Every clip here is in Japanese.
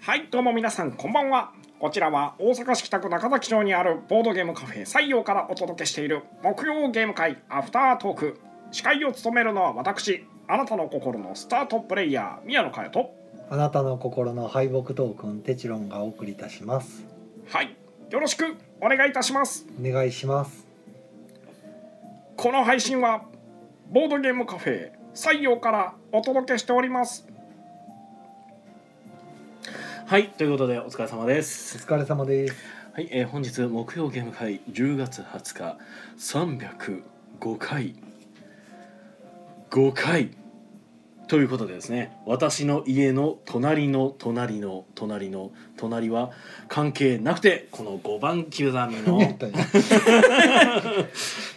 はいどうも皆さんこんばんはこちらは大阪市北区中崎町にあるボードゲームカフェ採用からお届けしている木曜ゲーム会アフタートーク司会を務めるのは私あなたの心のスタートプレイヤー宮野佳代とあなたの心の敗北トークンテチロンがお送りいたします。はいよろしくお願いいたしますお願いします。この配信はボードゲームカフェ採用からお届けしておりますはい、ということでお疲れ様でおす。疲れ様です。はい、えー本日木曜ゲーム会10月20日305回5回ということでですね、私の家の隣の隣の隣の隣は関係なくてこの5番刻み の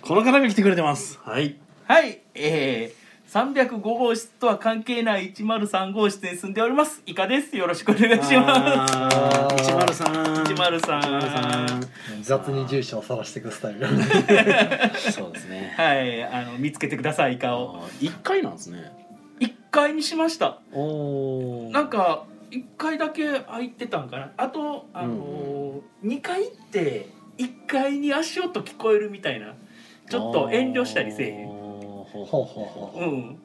この方が来てくれてます。はい。はい、えー、305号室とは関係ない103号室に住んでおります。イカです。よろしくお願いします。あー103 103 103雑に住所を晒していくス タイル。そうですね。はい、あの見つけてくださいイカを。あー一回なんですね。一回にしました。おお。なんか一回だけ空いてたんかな。あとあの二、回行って一回に足音聞こえるみたいな。ちょっと遠慮したりせえへんあーほほうほううほうほほうう。うん。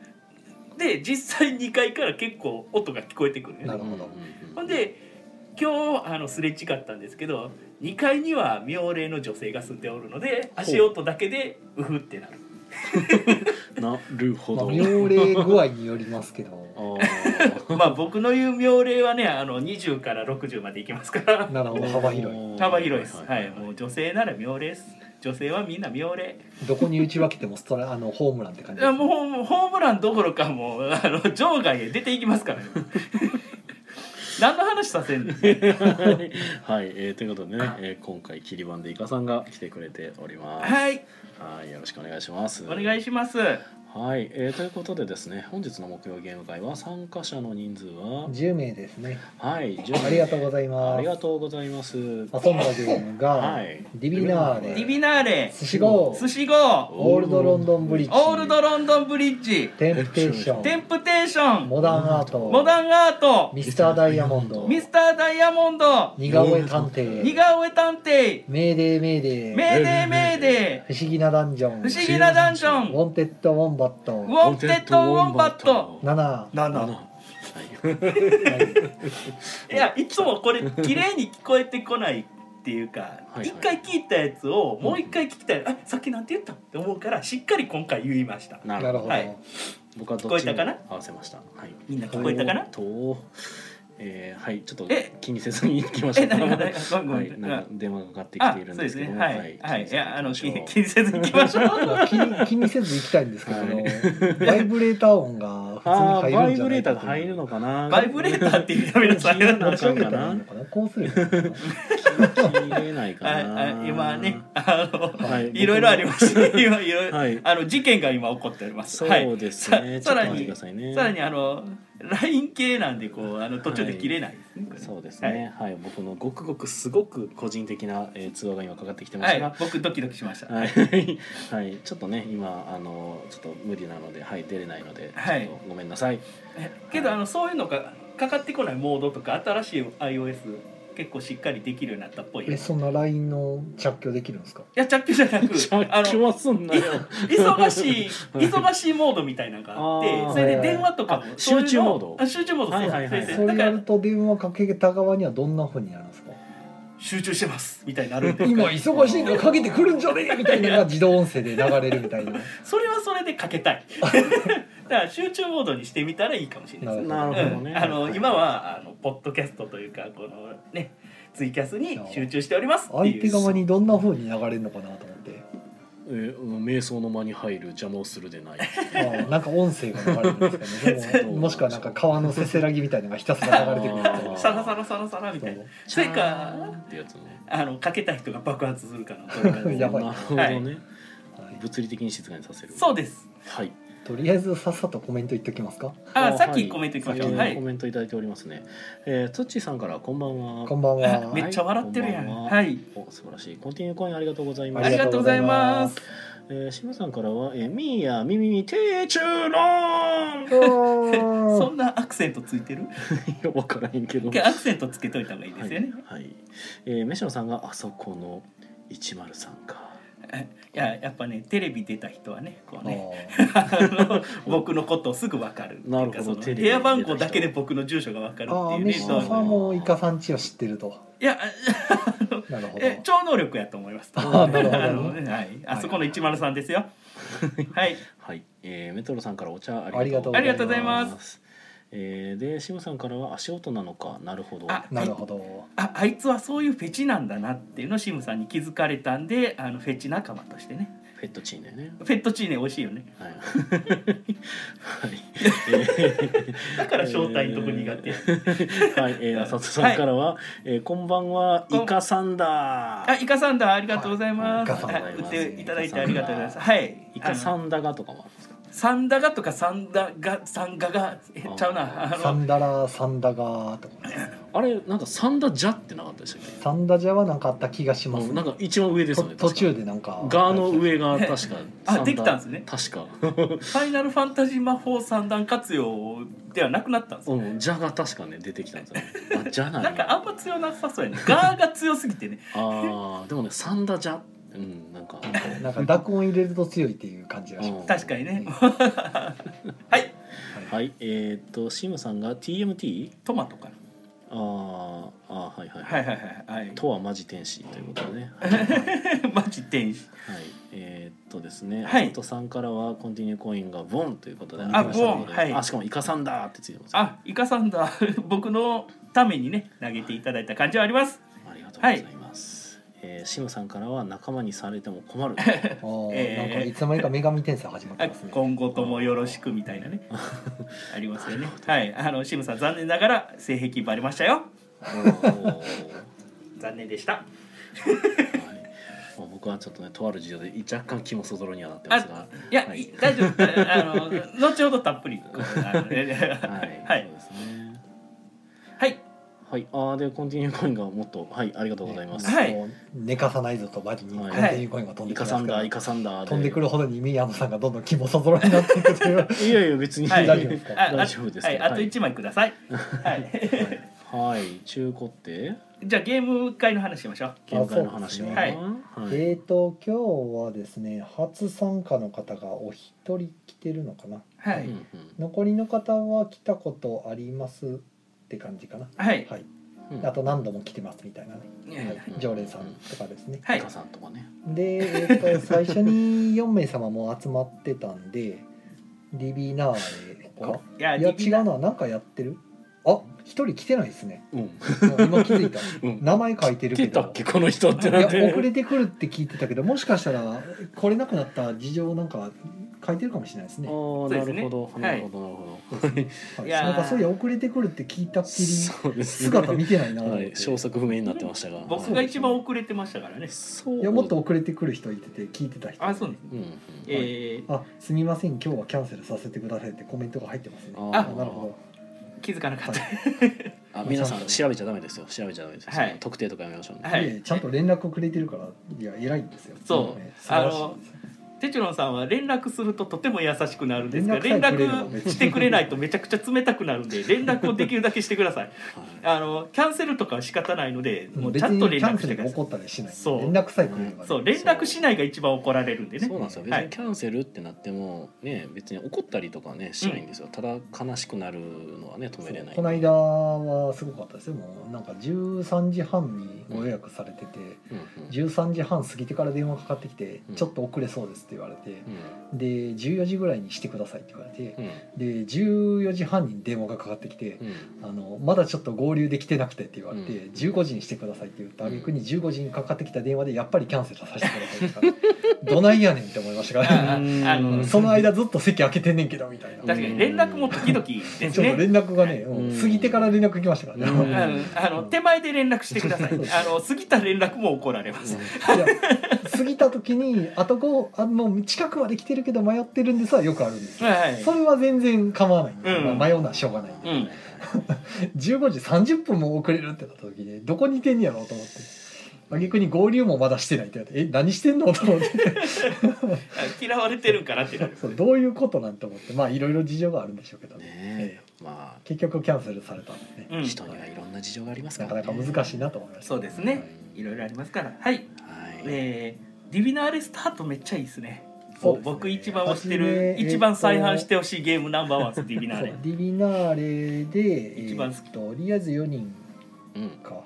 で実際二階から結構音が聞こえてくるね。なるうんほうんど。うほんんで今日あのすれ違ったんですけど2階には妙齢の女性が住んでおるので足音だけでうふってなるなるほまあど。妙齢具合によりますけあど。ーまあ僕の言う妙齢はねあの20から60までいきますからなるほど幅広い。幅広いですはい、はもう女性なら妙齢です女性はみんな妙齢どこに打ち分けてもストラあのホームランって感いじですや。もうホームホームランどころかもうあの場外へ出ていきますから ね何の話させんのはいはい、えーということでね、えー今回切り番でイカさんが来てくれております。はいはい、よろしくお願いします。お願いしますはい、えーということでですね、本日の木曜ゲーム会は参加者の人数は10名ですね。はい、10名ありがとうございあまりす。がとうございます。遊んだゲームがはい。ディビナーデレィビナーレ寿司号寿司号オールドロンドンブリッジオールドロンドンブリッジテンプテーショテンンプテーションモダンアートモダンアートミスターダイヤモンドミスターダイヤモンド似顔絵探似偵顔絵探偵メーデーメーデーメーデーメーデ不思議なダンジョンー不思議なダンジョウンォンテッドウォンバッウトォンテッドウォンバット7はあ7のいやいつもこれ綺麗に聞こえてこないっていうかはいはい一回聞いたやつをもう一回聞きたいあさっきなんて言ったって思うからしっかり今回言いました ななるほど、はい僕はどっち聞こえたもかな合わせました。はい。みんな聞こえたかなと、えー、はい、ちょっとえ気にせずに行きましょえう。なんかなはんかごめんい、ごめんなうんかん電話がかかってきあているんそうでですすけどねも、はいはいいやあの気気にせずに行きましょう気にせず行きましょう気に気にせず行きたいんですけど、バイブレーター音があ普通あ、に入バるんじゃイブなレいーターがかと入るのかな。バイブレーターってやめなさいな持ち上げたらいいのかなこうするのかな切れないかああな。今ねあの、はいいろいろありま して今いろいろ、はいあの事件が今起こっております。そはい、うですね。ささらちょっと待ってにくださいね。さらにあのライン系なんでこうあの途中で切れないですね。これそうですね。はい、僕のごくごくすごく個人的な、えー、通話が今かかってきてまはすい、はがい、、僕ドキドキしました。はい、はい、ちょっとね、今、あの、ちょっと無理なので、はい、出れないので、はいちょっとごめんなさい。けどあのそういうのがかかってこないモードとか新しい iOS 結構しっかりできるようになったっぽいよ。えいそんな LINE の着去できるんですかやチャッピじゃなくあ気のはすんなよ。忙しい忙しいモードみたいなのがあってあーそれで電話とかもあそういうの集中モードあ集中モードそうそうはいはいはいそうそそれうだかやるらと電話かけた側にはどんな風になるんですか集中してますみたいになるんで今忙しいからかけてくるんじゃねえみたいなのが自動音声で流れるみたいなそれはそれでかけ たいだから集中モードにしてみたらいいかもしれないですなるほどね。うん、あの今ははあのポッドキャストというかこのねツイキャスに集中しておりますって相い手う側にどんな風に流れるのかなと思ってい、えー瞑想の間に入る邪魔をするでない。あなんか音声が流れるんですかねでももしくはなんか川のせせらぎみたいなのがひたすら流れてくるみたいなサラサラサラサラみたいなそれっかてやつね。あのかけた人が爆発するかなどれか でやばいなるほどね、はい物理的に静かにさせる。そうですはい。とりあえずさっさとコメント言っときますかあーさっきコメントいきました先ねにはいコメントいただいておりますね。えー、つっちーさんからこんばんは。こんばんは めっちゃ笑ってるやんこんばんははいお素晴らしい。コンティニューコインありがとうございます。ありがとうございますえー、シムさんからは、えー、ミーヤミミミテーチューロンい そそんなアクセントついてるや分からへんけど一回アクセントつけといた方がいいですよね、はい、はいえー、メシノさんがあそこの103か い、ややっぱねテレビ出た人はねこううねね。あの 僕のことをすぐ分かるなるほどっていうかそテレのビ部屋番号だけで僕の住所が分かるああ、っていうね飯そ野うさんもイカさんちを知ってると。いや なるほど。え超能力やと思います。あーなるほどあのはい、あそこの一丸さんですよ。はい、はい、えー、メトロさんからお茶。ありがとうございますありがとうございますえー、でシムさんからは足音なのかなるほど。あなるほど。あ、あいつはそういうフェチなんだなっていうのをシムさんに気づかれたんで、あのフェチ仲間としてね。フェットチーネ ね。フェットチーネ美味しいよね。はい。 はい。えーだから正体のとこ苦手。はい、えー、浅田さんからは、えーこんばんはこんイカさんだあ、。イカさんだ、ありがとうございます。はいイカさんあはいり売がとっうございますていただいてありがとうございます。はい、イカさあの。んだがとかもあるんですか。サンダガとかサンダガ、サンガが、えちゃうな、あサの。ンダラ、サンダガーとかね。あれなんかサンダじゃってなかったでしたっけ？サンダジャはなんかあった気がします、うんなんね。か一番上ですとよね。途中で。でなんか。ガーの上が確か あサンダできたんですね確かファイナルファンタジー魔法三段活用ではなくなったんですよ。うんじゃが確かね出てきたんですよ ねあじゃないなんかあんま強なさそうやね。ガーが強すぎてね。あーでもねサンダじゃうんなんかなんか濁音入れると強いっていう感じがします。確かにね。 はい、はいえーっとシムさんが TMT トマトかな。あーあーはいはいはいはいはいはい。とはマジ天使ということでねはい、はいマジ天使。えーっとですねはアいトさんからはコンティニューコインがボンということでありがとうございますボンはいあしかもイカさんだってついてますあ、イカさんだ。 僕のためにね、投げていただいた感じはあります。ありがとうございます、えーシムさんからは仲間にされても困 るあはーえーなんかいつの間にか女神転生始まってあますね。今後ともよろしくみたいなね。ありますよね。はい、あのシムさん、残念ながら性癖バレましたよ。残念でした。いまあ僕はちょっとねとある事情で若干気もそぞろにはなってますあが、いや、はいい 大丈夫。あの、後ほどたっぷり。あのはい、はそいう、ですねはい、はい、あーでコンティニューコインがもっとはいありがとうございます、はいもう寝かさないぞとバリにコンティニューコインが飛んイできまカすさかんら、だイカさんだで飛んでくるほどにミーアンさんがどんどん気もそぞろになっていくという。いやいや別に、はい大丈夫ですあか。あ大丈夫ですはい、はいあと一枚ください。はい。はい中古ってじゃあゲーム会の話しましょう。見解の話は、そうですはいえーと今日はですね初参加の方がお一人来てるのかなはうんうい。ん残りの方は来たことありますって感じかなはい。はいうんあと何度も来てますみたいなね、はいうん、常連さんとかですねはいイカ。さんとかねで、えー、と最初に4名様も集まってたんでリビナーレかいやいや違う。な何かやってるあ一人来てないですねうん、もう今気づいた うん、名前書いてる来けてたどっけこの人っていやなって遅れてくるって聞いてたけどもしかしたら来れなくなった事情なんか書いてるかもしれないですあね。はーうでなすねるほど、はいなるほどなるほどいいやーなんかそういや遅れてくるって聞いたっきりそうですね姿見てないなと思っはてい消息不明になってましたが僕はがい一番遅れてましたからね。そういやもっと遅れてくる人いてて聞いてた人。あ、そうね。うんうんえーあすみません今日はキャンセルさせてくださいってコメントが入ってますね。あーあなるほ気づかなかった。あ皆さん調べちゃダメですよ調べちゃダメですよ、はい特定とかやめましょうね、ど。はいいやいやちゃんと連絡をくれてるからいや偉いんですよ。そうね素晴らしいですテチロンさんは連絡するととても優しくなるんですが、連連絡さえくれれば絡してくれないとめちゃくちゃ冷たくなるんで、連絡をできるだけしてください。はいあのキャンセルとかは仕方ないので、もうち別ゃんとに連キャン絡しセルがてくだ起さい。こったりしない。そう連絡さえくれればね。そう、連絡しないが一番怒られるんでねそう。なんですよ別はにいキャンセルってなっても、ね別に怒ったりとかねしないんですよ、ただ悲しくなるのはね止めれないこの間はすごかったですよもうなんか13時半にご予約されてて、うんうん13時半過ぎてから電話かかってきて「うんちょっと遅れそうです」って言われて、うで14時ぐらいにしてくださいって言われて、んで14時半に電話がかかってきてうん「あのまだちょっと合流できてなくて」って言われて、うん15時にしてくださいって言った挙句に15時にかかってきた電話でやっぱりキャンセルさせてください って言ったらどないやねんって思いましたかあら、ああのうんその間ずっと席空けてんねんけどみたいな。確かに連絡も時々でちすょっとね。連絡がね、うんうん過ぎてから連絡来ましたからね。うんうんあの手前で連絡してください。あの過ぎた連絡も怒られます。いや過ぎた時にあとこうあもう近くまで来てるけど迷ってるんですはよくあるんですよ、はい。それは全然構わないんですよ、うんまあ迷うのはしょうがないんで、うん。 15時30分も遅れるってなった時でどこにいてんやろうと思って挙句に合流もまだしてないって言われてえ何してんのと思って 嫌われてるんかなってなるそうどういうことなんて思ってまあいろいろ事情があるんでしょうけど、ね、ねえま結局キャンセルされたんでね、うん人にはいろんな事情がありますか、なからなね、か難しいなと思いましたそうですねいろいろありますからははいい、えーディビナーレスタートめっちゃいいですねそうですね僕一番推して私るね一番再販してほしいゲームナンバーワンですディビナそーうレディビナーレで、え一番好きー、とりあえず4人うん、か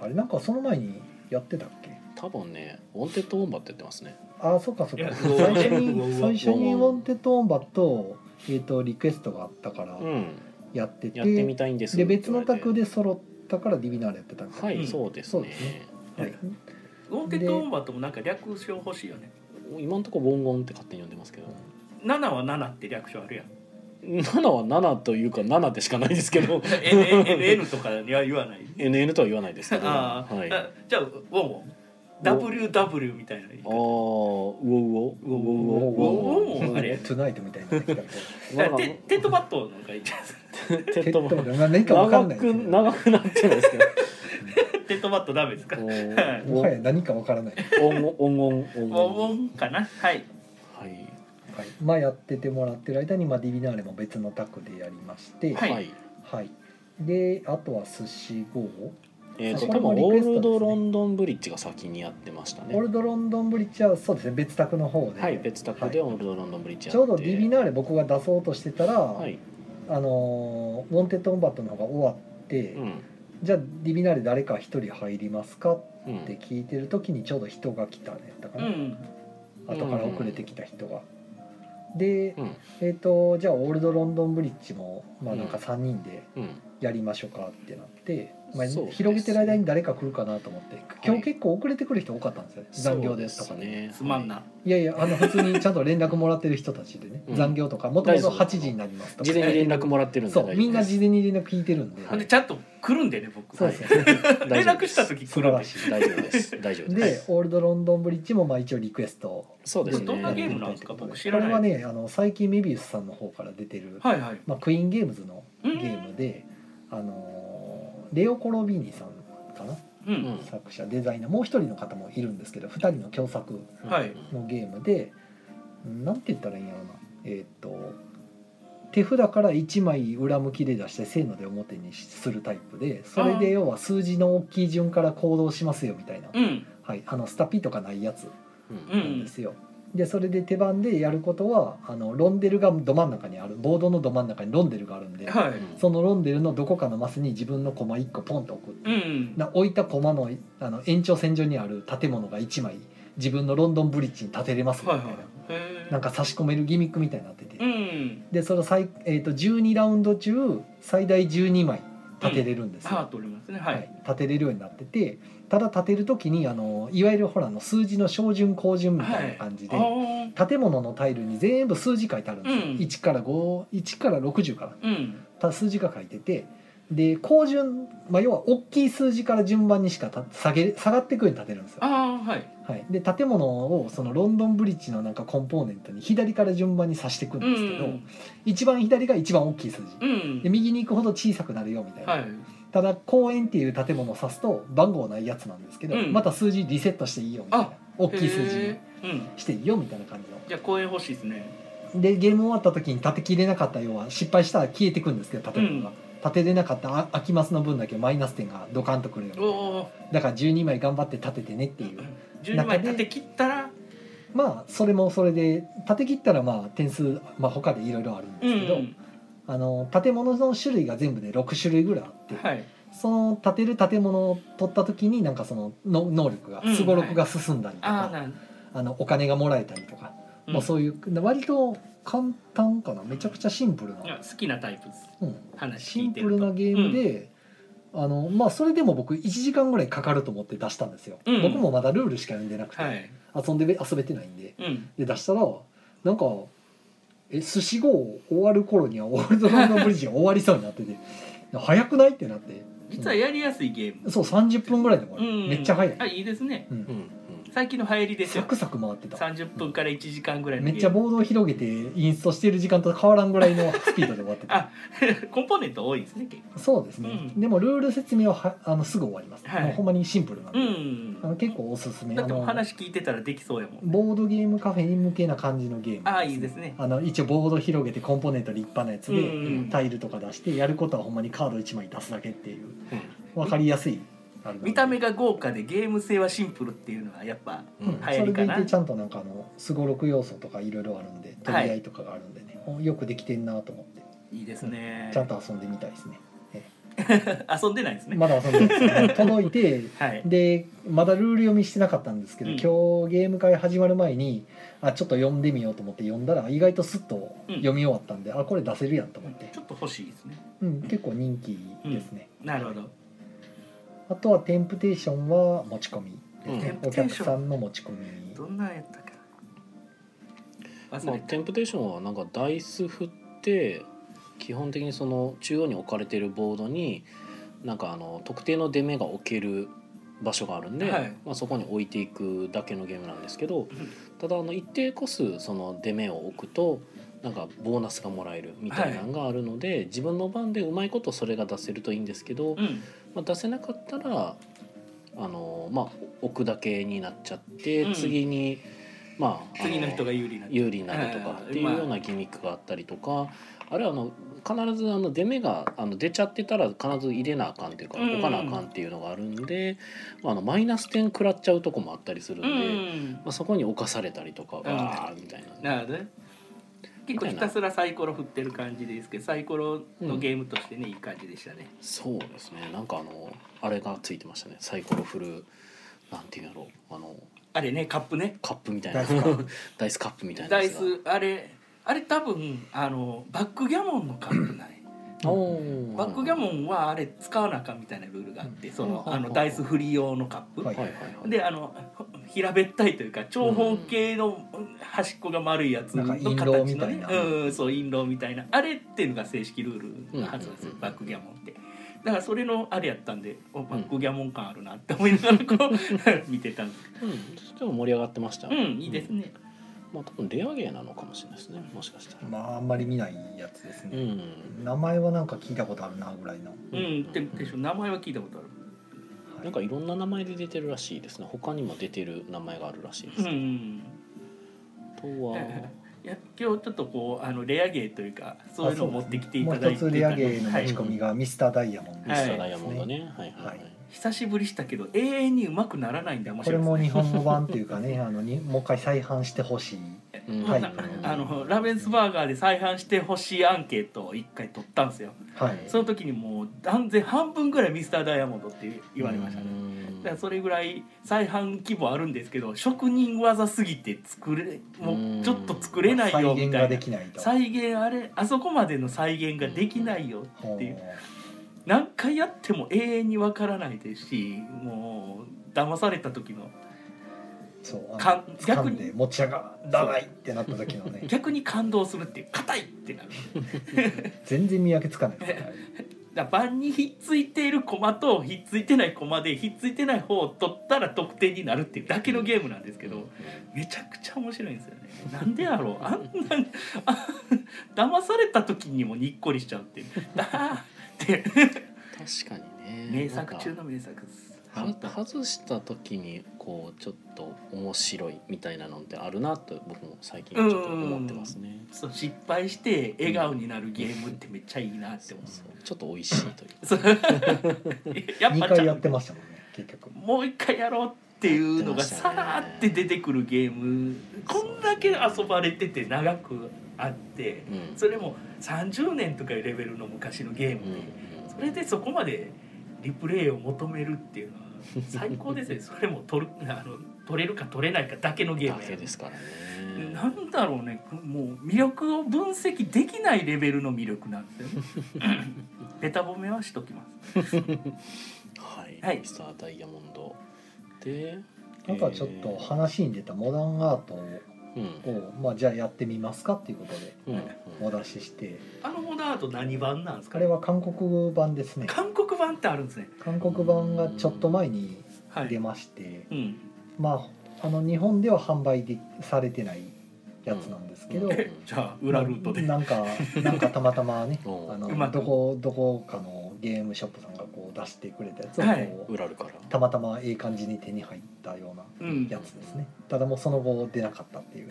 あれなんかその前にやってたっけ多分ね「ウォンテッド・ウォンバ」ってやってますねあーそっかそっいやかそう最初うわうにわ最初に「うウわォンテッド・オンバ」と,、えー、とリクエストがあったからうんやってて,、やってみたいんですで別の卓でで揃ったからディビナーレやってたんだよねはい、うんそうですそうねですねはい、ウォンテッドオンバーともなんか略称欲しいよね今んとこ「ボンボン」って勝手に呼んでますけど7は7って略称あるやん7は7というか7でしかないですけど NN とかには言わない NN とは言わないですけどああ、はい、ああじゃあウォンウォン WW みたいな言いあウ方ォウォウォウォウォウウォウォウォォあれトゥナイトみたいになってきたけだからテテッドバットなんかいいじゃんテッドどテバッドが何か分かんないで長すくね長くなってないですけどテッドバットダメですかおウーもはや何か分からない、おんおんおんおんォンおんウォンかなはいはいはい、まあやっててもらってる間に、まあ、ディビナーレも別の卓でやりましてはいはい、であとは寿司号えー、とこ多れ分もリオクエストですねールドロンドンブリッジが先にやってましたオーねルドロンドンブリッジはそうですね別宅の方で、はい別宅でオールドロンドンブリッジやちっょてうどディビナーレ僕が出そうとしてたら、はいあのーウォンテッド・オンバットの方が終わって、うんじゃあディビナーレ誰か一人入りますかっうてん聞いてる時にちょうど人が来たねだかうら、ん後から遅れてきた人が。で、うんえー、とじゃあオールドロンドンブリッジも、まあ、なんか3人でうんやりましょうかってなって、まあ、そうですね広げてる間に誰か来るかなと思って今日結構遅れてくる人多かったんですよ、残業ですとかそうね。ねすまんないやいやあの普通にちゃんと連絡もらってる人たちでね、うん残業とかもとも大丈と夫8時になりますとか事前に連絡もらってるんでそうみんな事前に連絡聞いてるんで、ほんでいちゃんと来るんでね僕そうそう連絡した時来素晴るんらでし大丈夫です大丈い夫で、ですオールドロンドンブリッジもまあ一応リクエストそうですねどんなゲームなんですか僕知こられなはいねあの最近メビウスさんの方から出てる、はいはいまあ、クイーンゲームズのうゲんームで、あのーレオ・コロビーニさんかなううんん作者デザイナーもう一人の方もいるんですけど2人の共作はいのゲームでなんて言ったらいいんやろうなえーっと手札から1枚裏向きで出してせーので表にするタイプでそれあーで要は数字の大きい順から行動しますよみたいな、うんはい、あのスタピとかないやつうんうんなんですよ。でそれで手番でやることはあのロンデルがど真ん中にあるボードのど真ん中にロンデルがあるんではいそのロンデルのどこかのマスに自分の駒1個ポンと置くうんな置いた駒のあの延長線上にある建物が1枚自分のロンドンブリッジに建てれますよはいみはたいいな、へーなんか差し込めるギミックみたいになってて、うんでその最、えー、と12ラウンド中最大12枚建てれるんですよ、ハートおりますねははいい建てれるようになっててただ建てる時にあのいわゆるほらあの数字の小順高順みたいな感じで、あー建物のタイルに全部数字書いてあるんですよ、うん1から51から60からうんた数字が書いててで高順、まあ、要は大きい数字から順番にしかた下げ下がっていくように建てるんですよ。ああはいはい、で建物をそのロンドンブリッジのなんかコンポーネントに左から順番に指していくんうですけど、ん一番左が一番大きい数字う。んで右に行くほど小さくなるよみたいな、はいただ公園っていう建物を指すと番号ないやつなんですけど、うんまた数字リセットしていいよみたいな大きい数字にへーうんしていいよみたいな感じのじゃあ公園欲しいですねでゲーム終わった時に立てきれなかった要は失敗したら消えてくんですけど建物が、うん立てれなかったあ空きマスの分だけマイナス点がドカンとくるよみおたいなおだから12枚頑張って立ててねっていう12枚立て切ったらまあそれもそれで立て切ったらまあ点数、まあ、他でいろいろあるんうですけど、んあの建物の種類が全部で6種類ぐらいあって、はいその建てる建物を取った時になんかそのの能力がうんすごろくが進んだりとああか、なんあのお金がもらえたりとか、うんもうそういう割と簡単かなめちゃくちゃシンプルいやな、好きなタイプですうん、話シ聞いンてプるとルなゲームで、あのまあ、それでも僕1時間ぐらいかかると思って出したんですよ、うん僕もまだルールしか読んでなくて、はい遊んで遊べてないんでうんで出したらなんかえ寿司号終わる頃にはオールドロンドンブリッジが終わりそうになって て早くないってなって実はやりやすいゲームそう30分ぐらいで終わる、うんめっちゃ早い、あいいですねうんうん最近の流行りですサよクサク回ってた30分から1時間ぐらいのめっゲームちゃボードを広げてインストしてる時間と変わらんぐらいのスピードで終わってたコンポーネント多いですね結構そうですね、 うんでもルール説明ははあのすぐ終わります、はいもうほんまにシンプルなんで、うんあの結構おすすめだってあおの話聞いてたらできそうやもんボードゲームカフェに向けな感じのゲームああいいですねあの一応ボード広げてコンポーネント立派なやつで、うんうんタイルとか出してやることはほんまにカード1枚出すだけっていううんわかりやすいあれなんで見た目が豪華でゲーム性はシンプルっていうのはやっぱうんうん流行りかなそれでいてちゃんとなんかあのすごろく要素とかいろいろあるんで取り合いとかがあるんでね、およくできてんなと思っていいですねちゃんと遊んでみたいですね遊んでないですね、まだ遊んでない ですけど届いてはいでまだルール読みしてなかったんですけど、うん今日ゲーム会始まる前にあちょっと読んでみようと思って読んだら意外とスッと読み終わったんで、あこれ出せるやんと思って、ちょっと欲しいですねうん、結構人気ですね、なるほどあとはテンプテーションは持ち込みですね、うんお客さんの持ち込みどんなんやったかま忘あ、れたテンプテーションはなんかダイス振って基本的にその中央に置かれているボードになんかあの特定の出目が置ける場所があるんで、はいまあ、そこに置いていくだけのゲームなんですけどただあの一定個数その出目を置くとなんかボーナスがもらえるみたいなのがあるので、自分の番でうまいことそれが出せるといいんですけど、うんまあ、出せなかったらあの、まあ、置くだけになっちゃって、うん次に、まあ、あ次の人が有利なんで有利になるとかっていうようなギミックがあったりとかあるいはあの必ずあの出目があの出ちゃってたら必ず入れなあかんっていうかうん置かなあかんっていうのがあるんでまああのマイナス点食らっちゃうとこもあったりするんうでんまあそこに侵されたりとかあーわあみたいな。なるほどね結構ひたすらサイコロ振ってる感じですけどサイコロのゲームとしてね、いい感じでしたねそうですねなんかあのあれがついてましたねサイコロ振るなんていうんやろうあのあれねカップねカップみたいダイなスカダイスカップみたいなダイやつスがあれあれ多分あのバックギャモンのカップないおーバックギャモンはあれ使わなあかんみたいなルールがあってそのうんあのダイス振り用のカップ、はいはいはいはいであの 平べったいというか長方形の端っこが丸いやつのなんか印形の籠みたいねなうんそう印籠みたいなあれっていうのが正式ルールのはずなんでうすよんうんうんバックギャモンってだからそれのあれやったんでおバックギャモン感あるなって思いながらこ う見てたんですうんでも盛り上がってましたうんいいですね、まあ多分レアゲーなのかもしれないですねもしかしたら、まああんまり見ないやつですうね、ん名前はなんか聞いたことあるなぐらいの、うんででしょ名前は聞いたことあるはいなんかいろんな名前で出てるらしいですね他にも出てる名前があるらしいです、うんうんあとは、 いや今日ちょっとこうあのレアゲーというかそういうのを持ってきていもうただ一いつてレアゲーのは持いち込みがミスターダイヤモンドミはいスターダイヤモンドね、はい、はいははいい久しぶりしたけど永遠にうまくならないんで面こ白れいですねも日本語版というかねあのにもう一回再販してほしいうんはいうんあのラベンスバーガーで再販してほしいアンケートを一回取ったんですよはいその時にもう断然半分ぐらいミスターダイヤモンドって言われましたねうんだからそれぐらい再販規模あるんですけど職人技すぎて作れもうちょっと作れない再よみ現がたいなできないと再現あれあそこまでの再現ができないよほうっていう何回やっても永遠にわからないですしもう騙された時のそうあのか掴逆んにで持ち上がらないってなった時のね 逆に感動するっていう硬いってなる全然見分けつかないですからだから盤にひっついている駒とひっついてない駒でひっついてない方を取ったら得点になるっていうだけのゲームなんですけどめちゃくちゃ面白いんですよねなんでやろうあんなにあ騙された時にもにっこりしちゃうっていうだーって確かにね名作中なんかの名作ですは外した時にこうちょっと面白いみたいなのってあるなと僕も最近ちょっと思ってますねそう失敗して笑顔になるゲームってめっちゃいいなって思うそうちょっと美味しいというそうや2ちゃ回やってましたもんね結局もう一回やろうっていうのがさらって出てくるゲームこんだけ遊ばれてて長くあってうんそれも30年とかいうレベルの昔のゲうんームでそれでそこまでリプレイを求めるっていうのは最高です ねそれも取るあの取れるか取れないかだけのゲーだムけやですからねなんだろうねもう魅力を分析できないレベルの魅力なん ですよねベタ褒めはしときますはい、はいミスターダイヤモンドであとはちょっと話に出たモダンアートえーを、まあ、じゃあやってみますかっていうことでうんうんお出ししてあのモダート何版なんですかあれは韓国版ですね韓国版ってあるんですね韓国版がちょっと前には出い、ましてうん、まああの日本では販売でされてないやつなんですけど、うんえじゃあ裏ルートでななんかなんかたまたまねあ おううまのくどこどこかのゲームショップさんがこう出してくれたやつをこう、はい裏るから たまたまええ感じに手に入ったようなうんやつですねただもうその後出なかったっていう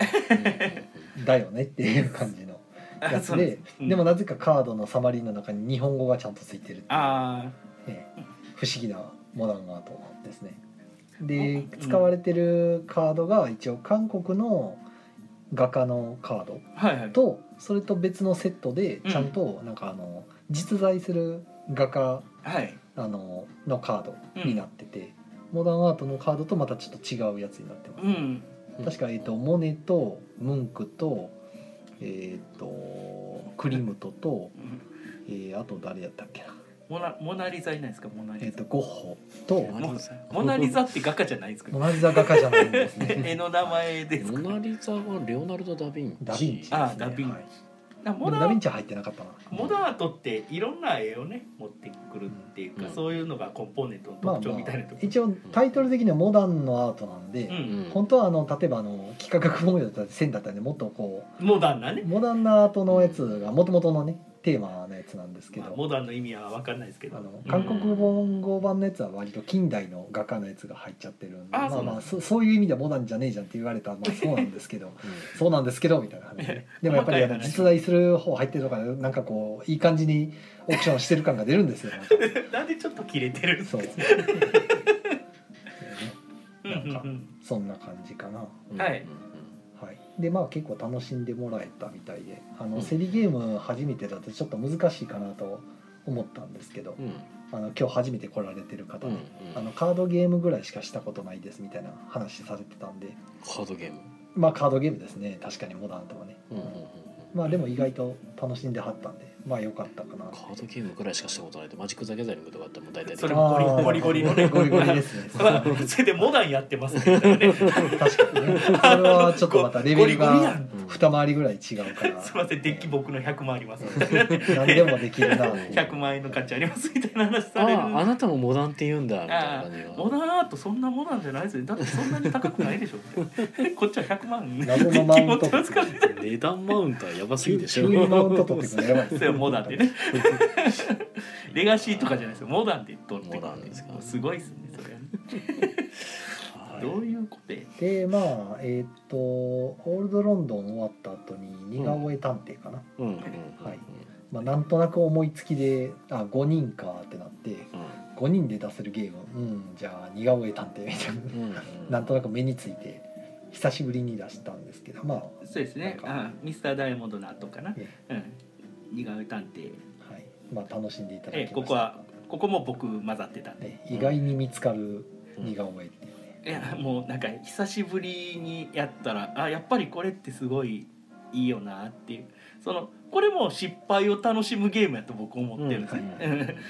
うんうんだよねっていう感じのやあそつうですうんでもなぜかカードのサマリーの中に日本語がちゃんとついてるっていうあええ不思議なモダンアートですね。で使われてるカードが一応韓国の画家のカードあはいはいとそれと別のセットでうんちゃんとなんかあの実在する画家はいあののカードになってて、モダンアートのカードとまたちょっと違うやつになってます。うんうん確か、えっとモネとムンクと,、えっとクリムトと、えーあと誰やったっけな、モナモナリザいないですかモナえリっザとゴッホとモナリザモナリザって画家じゃないです かモナリザ画家じゃないん ですね。絵の名前ですモかナリザはレオナルド・ダ・ヴィンチダヴィンチですね。あダヴィンチはいあでもモダダヴィンチは入ってなかったな。モダンアートっていろんな絵をね持ってくるっていうか、うんそういうのがコンポーネントのまあ特徴まみたいあなとこ、一応タイトル的にはモダンのアートなんで、うん本当はあの例えばあの幾何学模様だったり線だったりでもっとこモダンなうね、モダンなアートのやつがもともとのねテーマのやつなんですけまあど。モダンの意味は分かんないですけどあのうん韓国文語版のやつは割と近代の画家のやつが入っちゃってるんであまそあうなんまだあそそういう意味ではモダンじゃねえじゃんって言われたらまあそうなんです けどそうなんですけどみたいな話ででもやっぱりあの細かい話実在する方入ってるとかなんかこういい感じにオプションしてる感が出るんですよなんかなんでちょっと切れてるんです そかうですねうんうんうんそんな感じかなうんはいはいでまあ結構楽しんでもらえたみたいであの、うん競りゲーム初めてだとちょっと難しいかなと思ったんですけどうんうんあの今日初めて来られてる方うんで、あのカードゲームぐらいしかしたことないですみたいな話されてたんでカードゲームまあカードゲームですね確かにモダンとはね、うんうんうんまあでも意外と楽しんではったんでまあ良かったかなカードゲームぐらいしかしたことないとマジック・ザ・ギャザリングとかあってもう大体それはもゴリゴリゴリのねあーゴリゴリですねまあ それでモダンやってますけどね確かにねそれはちょっとまたレベルゴリゴリやがん二回りぐらい違うから すいませんデッキ僕の100万あります何で もできるなっていう100万円の価値ありますみたいな話あされるああなたもモダンって言うんだみたいな感じがモダンアートそんなモダンじゃないですよねだってそんなに高くないでしょって こっちは100万デ謎のッマキウ持っントてますからね値段マウントはやばすぎで し急ょにマウント取ってくるのやばいそれはモダン でねレガシーとかじゃないですよモダンで取ってモくダるンですかすごいですねそれはね はいどういうことやでまあえーっ、とオールドロンドン終わった後に似顔絵探偵かな、うんうんうんはいまあ、なんとなく思いつきであ5人かってなってう5人で出せるゲームうんじゃあ似顔絵探偵みたいな、 んうんなんとなく目について久しぶりに出したんですけどまあそうですねなんあミスターダイヤモンドの後かなえうん似顔絵探偵はいまあ楽しんでいただきまえしたここはここも僕混ざってたんでね意外に見つかる似顔絵っていうね、いやもうなんか久しぶりにやったらあやっぱりこれってすごいいいよなっていうそのこれも失敗を楽しむゲームやと僕思ってるんですね、うんうんうん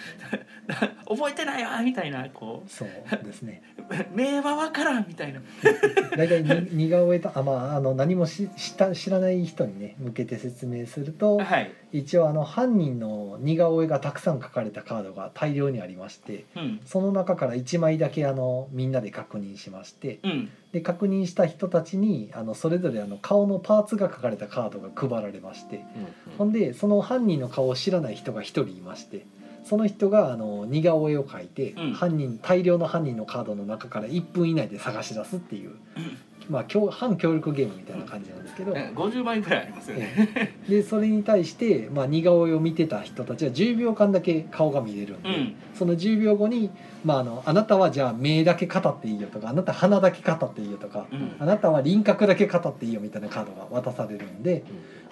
覚えてないわみたいなこそうですねう名はわからんみたいな大体に似顔絵とあまああの何もしした知らない人にね向けて説明するとはい、一応あの犯人の似顔絵がたくさん書かれたカードが大量にありましてうんその中から1枚だけあのみんなで確認しましてうん、で確認した人たちにあのそれぞれあの顔のパーツが書かれたカードが配られましてうんほんでその犯人の顔を知らない人が1人いましてその人があの似顔絵を描いて、うん犯人大量の犯人のカードの中から1分以内で探し出すっていう、まあ、協反協力ゲームみたいな感じなんですけど、 50枚ぐらいありますよね、ええでそれに対して、まあ、似顔絵を見てた人たちは10秒間だけ顔が見れるんで、うんその10秒後に、まあ、あのあなたはじゃあ目だけ語っていいよとかあなた鼻だけ語っていいよとか、うんあなたは輪郭だけ語っていいよみたいなカードが渡されるんで、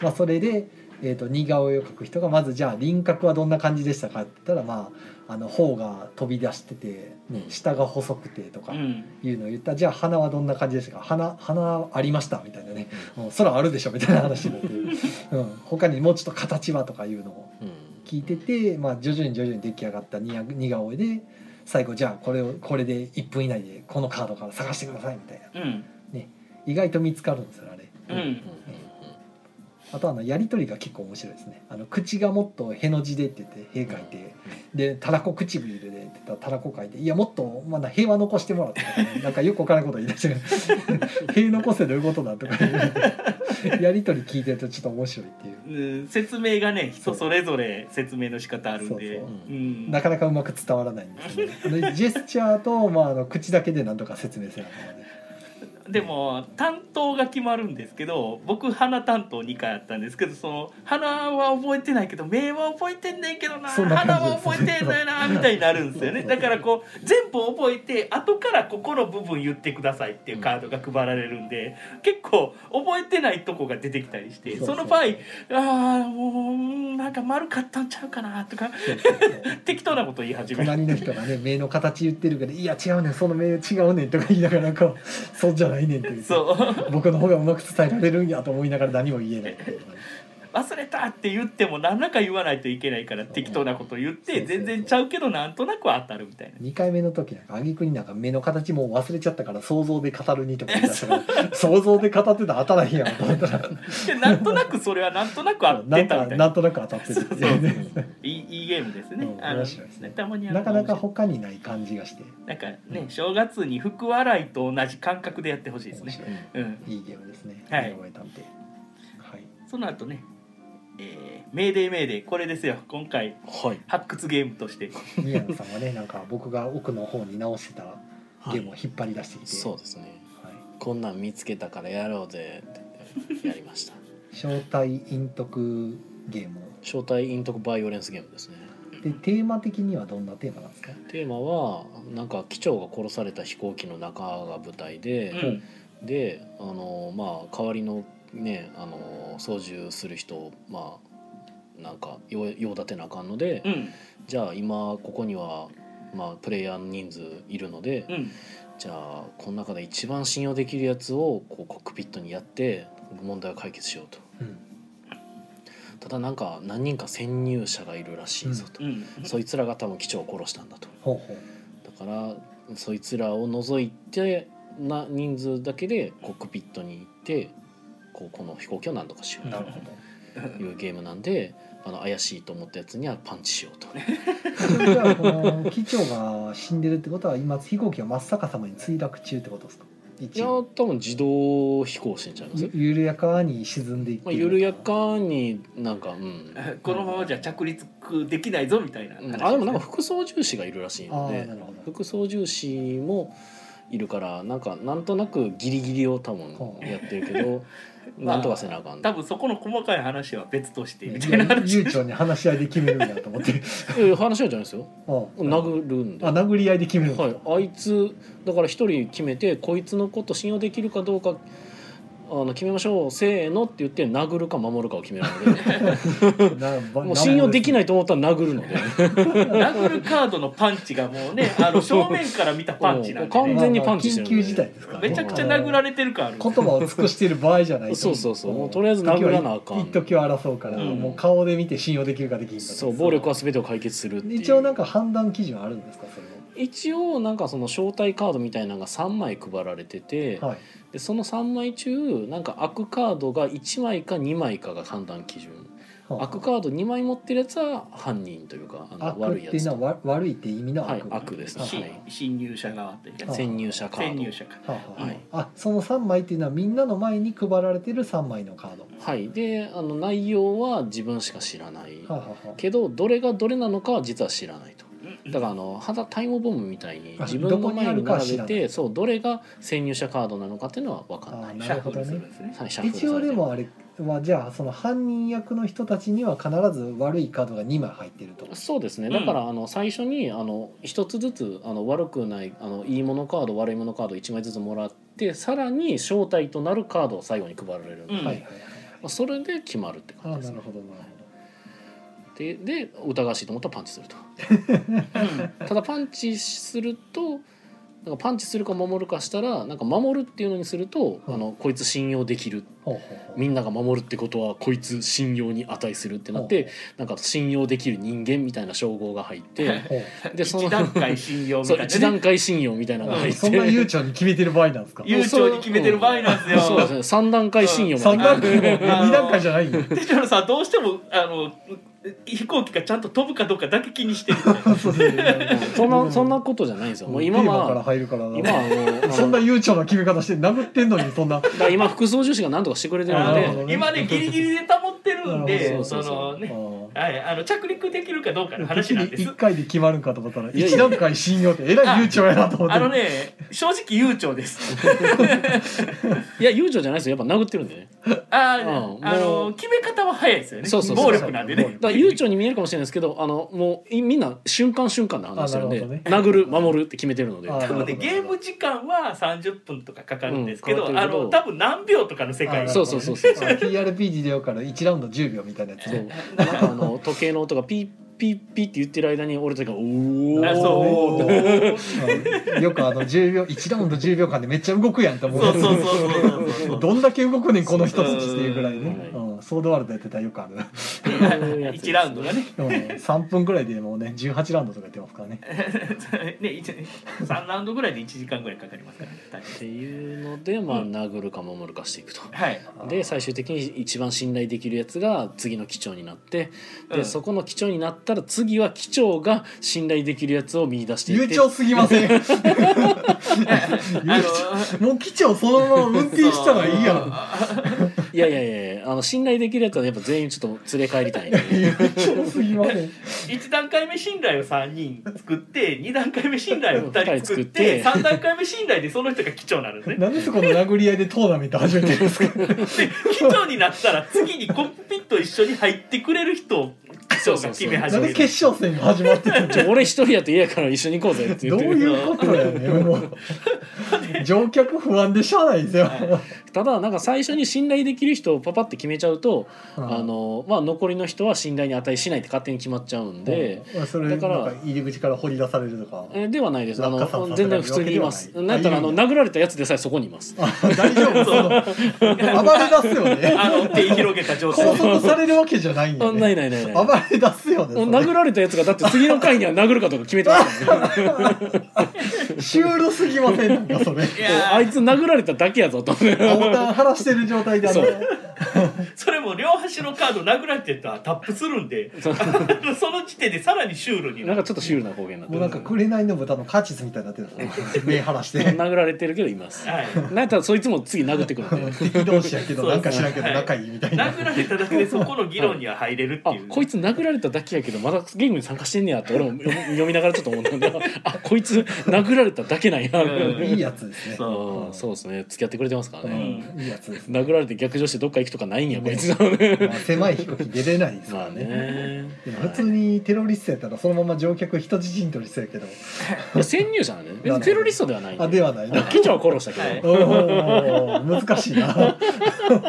まあ、それで、えー、と似顔絵を描く人がまずじゃあ輪郭はどんな感じでしたかって言ったら、まあ、あの頬が飛び出しててうん下が細くてとか。うんいうのを言ったらじゃあ花はどんな感じですか花花ありましたみたいなね、うん、空あるでしょみたいな話になって、うん、他にもうちょっと形はとかいうのをうん聞いてて、まあ、徐々に徐々に出来上がった似似顔絵で最後じゃあこれをこれで1分以内でこのカードから探してくださいみたいなうん意外と見つかるんですよあれうんあとあのやり取りが結構面白いですねあの口がもっとへの字でって言って「へ」書いてで「たらこ唇で」って言ったら「たらこ」書いて「いやもっとまだ平和残してもらって」とかねなんかよくわからんこと言い出してる「平残せど ういうことだ」とか言うやり取り聞いてるとちょっと面白いっていううん説明がね人それぞれ説明の仕方あるんでそうそううんなかなかうまく伝わらないんですねあのジェスチャーと、まあ、あの口だけでなんとか説明せなあかんのででも担当が決まるんですけど僕花担当2回あったんですけどその花は覚えてないけど目は覚えてんねんけどなそんな感じ花は覚えてんだ よなみたいになるんですよねそうそうだからこう全部覚えて後からここの部分言ってくださいっていうカードが配られるんで結構覚えてないとこが出てきたりしてそうそそうの場合ああもううんなんか丸かったんちゃうかなとかそうそうそう適当なこと言い始める。隣の人がね目の形言ってるけど「いや違うねんその目違うねん」とか言いながらこう「そうじゃないねん」って言ってそう僕の方がうまく伝えられるんやと思いながら何も言えないっていう忘れたって言っても何らか言わないといけないから適当なこと言っそうそうてそう全然ちゃうけどなんとなくは当たるみたいな。 2回目の時なんか挙句になんか目の形もう忘れちゃったから想像で語るにとか言い出したから想像で語ってたら当たらへんやんと思ったらでなんとなくそれはなんとなく当 なてんたかみたいななんとなく当たってるっていうねいいいいゲームですねうん。あの面白いですねたまにあるなかなか他にない感じがしてなんかね正月に福笑いと同じ感覚でやってほしいです面ね。白いうん、いいゲームですねはい目を終えたんではいその後ね、えー、メーデーメーデーこれですよ今回はい発掘ゲームとして。宮野さんはねなんか僕が奥の方に直してたゲームを引っ張り出してきて、そうですねはいこんなん見つけたからやろうぜってやりま した招待陰徳ゲーム招待陰徳バイオレンスゲームですねでテーマ的にはどんなテーマなんですかテーマはなんか機長が殺された飛行機の中が舞台うで、ん、であのまあ代わりのねあの操縦する人をまあなんかよう用立てなあかんので、うん、じゃあ今ここには、まあ、プレイヤーの人数いるので、うん、じゃあこの中で一番信用できるやつをこうコックピットにやって問題を解決しようとうんただなんか何人か先入者がいるらしいぞと、うん、 そいつらが多分機長を殺したんだとほうほうだからそいつらを除いてな人数だけでコックピットに行ってこうこの飛行機を何とかしようなるほどというゲームなんで、あの怪しいと思ったやつにはパンチしよ うとそれじゃあこの機長が死んでるってことは今飛行機は真っ逆さまに墜落中ってことですかい一や応多分自動飛行してんちゃいますゆ緩やかに沈んでいってまあ、る緩やかになんかうん このままじゃ着陸できないぞみたいなう話すねんあでもなんか副操縦士がいるらしいあのあでなるほど副操縦士もいるからなんかなんとなくギリギリを多ほ分うやってる けど、まあなんとかせなあかん多分そこの細かい話は別としてみねたいな話悠長に話し合いで決めるんだと思ってえ話し合いじゃないですよああ殴るんで、あは殴り合いで決めるんだ、い、あいつだから一人決めてこいつのこと信用できるかどうかあの決めましょうせーのって言って殴るか守るかを決めるので なばもう信用できなないと思ったら殴るの で殴るカードのパンチがもうねあの正面から見たパンチなんで、うん完ね、全にパンチしてるんでまあまあ緊急事態ですから、ね、めちゃくちゃ殴られてる感ある言葉を尽くしてる場合じゃないとそうそうそうもうとりあえず殴らなあかん一時は争うから、うんもう顔で見て信用できるかできんかとかそう暴力は全てを解決するっていう一応なんか判断基準あるんですかそれ一応なんかその招待カードみたいなのが3枚配られてて、は、はい、でその3枚中なんか悪カードが1枚か2枚かが判断基準はあ悪カード2枚持ってるやつは犯人というかあの悪悪っいやていうつのはわ悪いって意味の悪、はい悪ですねはし侵入者側というかは潜入者カード潜入者かあはあはいあその3枚っていうのはみんなの前に配られてる3枚のカード、ははいであの内容は自分しか知らない、あはあはあけどどれがどれなのかは実は知らないとうんだからあの肌タイムボムみたいにあ自分の前にどこにあるかは並知べらなてそうどれが潜入者カードなのかっていうのは分かんないあシャッフルするんですねはいシャッフル一さ応れてでるもあれはじゃあその犯人役の人たちには必ず悪いカードが2枚入ってるとそうですねうんだから、あの最初にあの一つずつあの悪くないあのいいものカード悪いものカード1枚ずつもらってさらに招待となるカードを最後に配られるんで、うんまはいはいはいあ、それで決まるってあ感なじるですほどねなるほどでで疑わしいと思ったらパンチする とうんただパンチするとなんかパンチするか守るかしたらなんか守るっていうのにすると、うんあのこいつ信用できるほうほうほ うみんなが守るってことはこいつ信用に値するってなってなんか信用できる人間みたいな称号が入っ てほうでその一段階信用みたそいうな、ね、一段階信用みたいなのが入ってそんな悠長に決めてる場合なんですか悠長に決めてる場合なんですよ。そうですね三段階信用三ま段で階も二段階じゃないよであのさどうしてもあの飛行機がちゃんと飛ぶかどうかだけ気にしてるみたいな。そうそう そんなそんなことじゃないんですよもう今今からは入るから今はあのあ のそんな悠長な決め方して殴ってんのにそんなだから今副操縦士が何とかしてくれて るなのるほどでね今ねギリギリで保ってるんなるでほどそのねあはいあの着陸できるかどうかのあ話なんです 一。回で決まるんかと思ったらいやいや一段階信用ってえらい悠長やなと思ってあのね正直悠長です。いや悠長じゃないですよやっぱ殴ってるんでねあうんーあもうの決め方は早いですよね。そうそうそう暴力なんでね。だから悠長に見えるかもしれないですけどあのもういみんな瞬間瞬間の話してるんであなるほ殴る守るって決めてるのであ多分ねなるほどゲーム時間は30分とかかかるんですけど、うんかかあるけどの多分何秒とかの世あ界あそうそうそうそうあ TRPG でよから1ラウンド10秒みたいなやつそうねなんかあの時計の音がピッピッピッって言ってる間に俺たちが「おあそおうー」うんよくあの10秒1ラウンド10秒間でめっちゃ動くやんと思そうそうそうそうそうそう。どんだけ動くねんこの一つっていうぐらいね、ううん、ソードワールドやってたらよくあるう1ラウンドが ねん3分ぐらいでもうね18ラウンドとかやってますからねね一3ラウンドぐらいで1時間ぐらいかかりますからね大っ変ていうので、まあ、殴るか守るかしていくと。はいで最終的に一番信頼できるやつが次の機長になってで、うんそこの機長になったら次は機長が信頼できるやつを見出して い悠って長すぎませんあもう機長そのまま運転したらいいやそうんいやいやいやいやあの信頼できるやつはやっぱ全員ちょっと連れ帰 りたいんで悠長すぎません1段階目信頼を3人作って2段階目信頼を2人作二人って作3段階目信頼でその人が機長になるんですねなんでそこの殴り合いでトーナメント始めてるんですかで機長になったら次にコックピット一緒に入ってくれる人を機長が決めな始んめでる決勝戦が始まってるちょ俺一人やと嫌やから一緒に行こうぜってど言うっていうことやねんも う乗客不安でしゃあないですよ、ただなんか最初に信頼できる人をパパって決めちゃうと、あのまあ、残りの人は信頼に値しないって勝手に決まっちゃうんで。うんそれだだかからら入り口から掘り出されるとかえではないです。あ落下さんさの全せら然れ普るわ通けでにいはないます。なんやったらああいのいね殴られたやつでさえそこにいます。あ大丈夫その暴れ出すよ ねあの手広げた状態 拘束されるわけじゃないんあよ、ないね、ないないない。暴れ出す よねそ殴られたやつがだって次の回には殴るかとか決めてます からねれシュールすぎませんなんかそれいそうやあいーつ殴られただけやぞとボタン晴らしてる状態であのそうそれも両端のカード殴られてたらタップするんで あのその時点でさらにシュールに ななんるかちょっとシュールな方言になってもうるなんか紅の豚のカーチスみたいになってる目晴らして殴られてるけどいますはいなんやったらそいつも次殴 ってくるんで敵同士やけどなんか知らんけど仲いいみたいな殴られただけでそこの議論には入れるってあいうこいつ殴られただけやけどまだゲームに参加してんねやって俺も読み 読みながらちょっと思ったんだ あこいつ殴られただけなんやうんいいやつですねそううんそうですね付き合ってくれてますからうね、んいいやつですね殴られて逆上してどっか行くとかないんやこいつまあ狭い飛行機出れないですか まらあね,、ねでも普通にテロリストやったらそのまま乗客人質人取りそうやけどいや潜入者なんで別にテロリストではないんあではないな機長は殺したけど、はいおー難しい な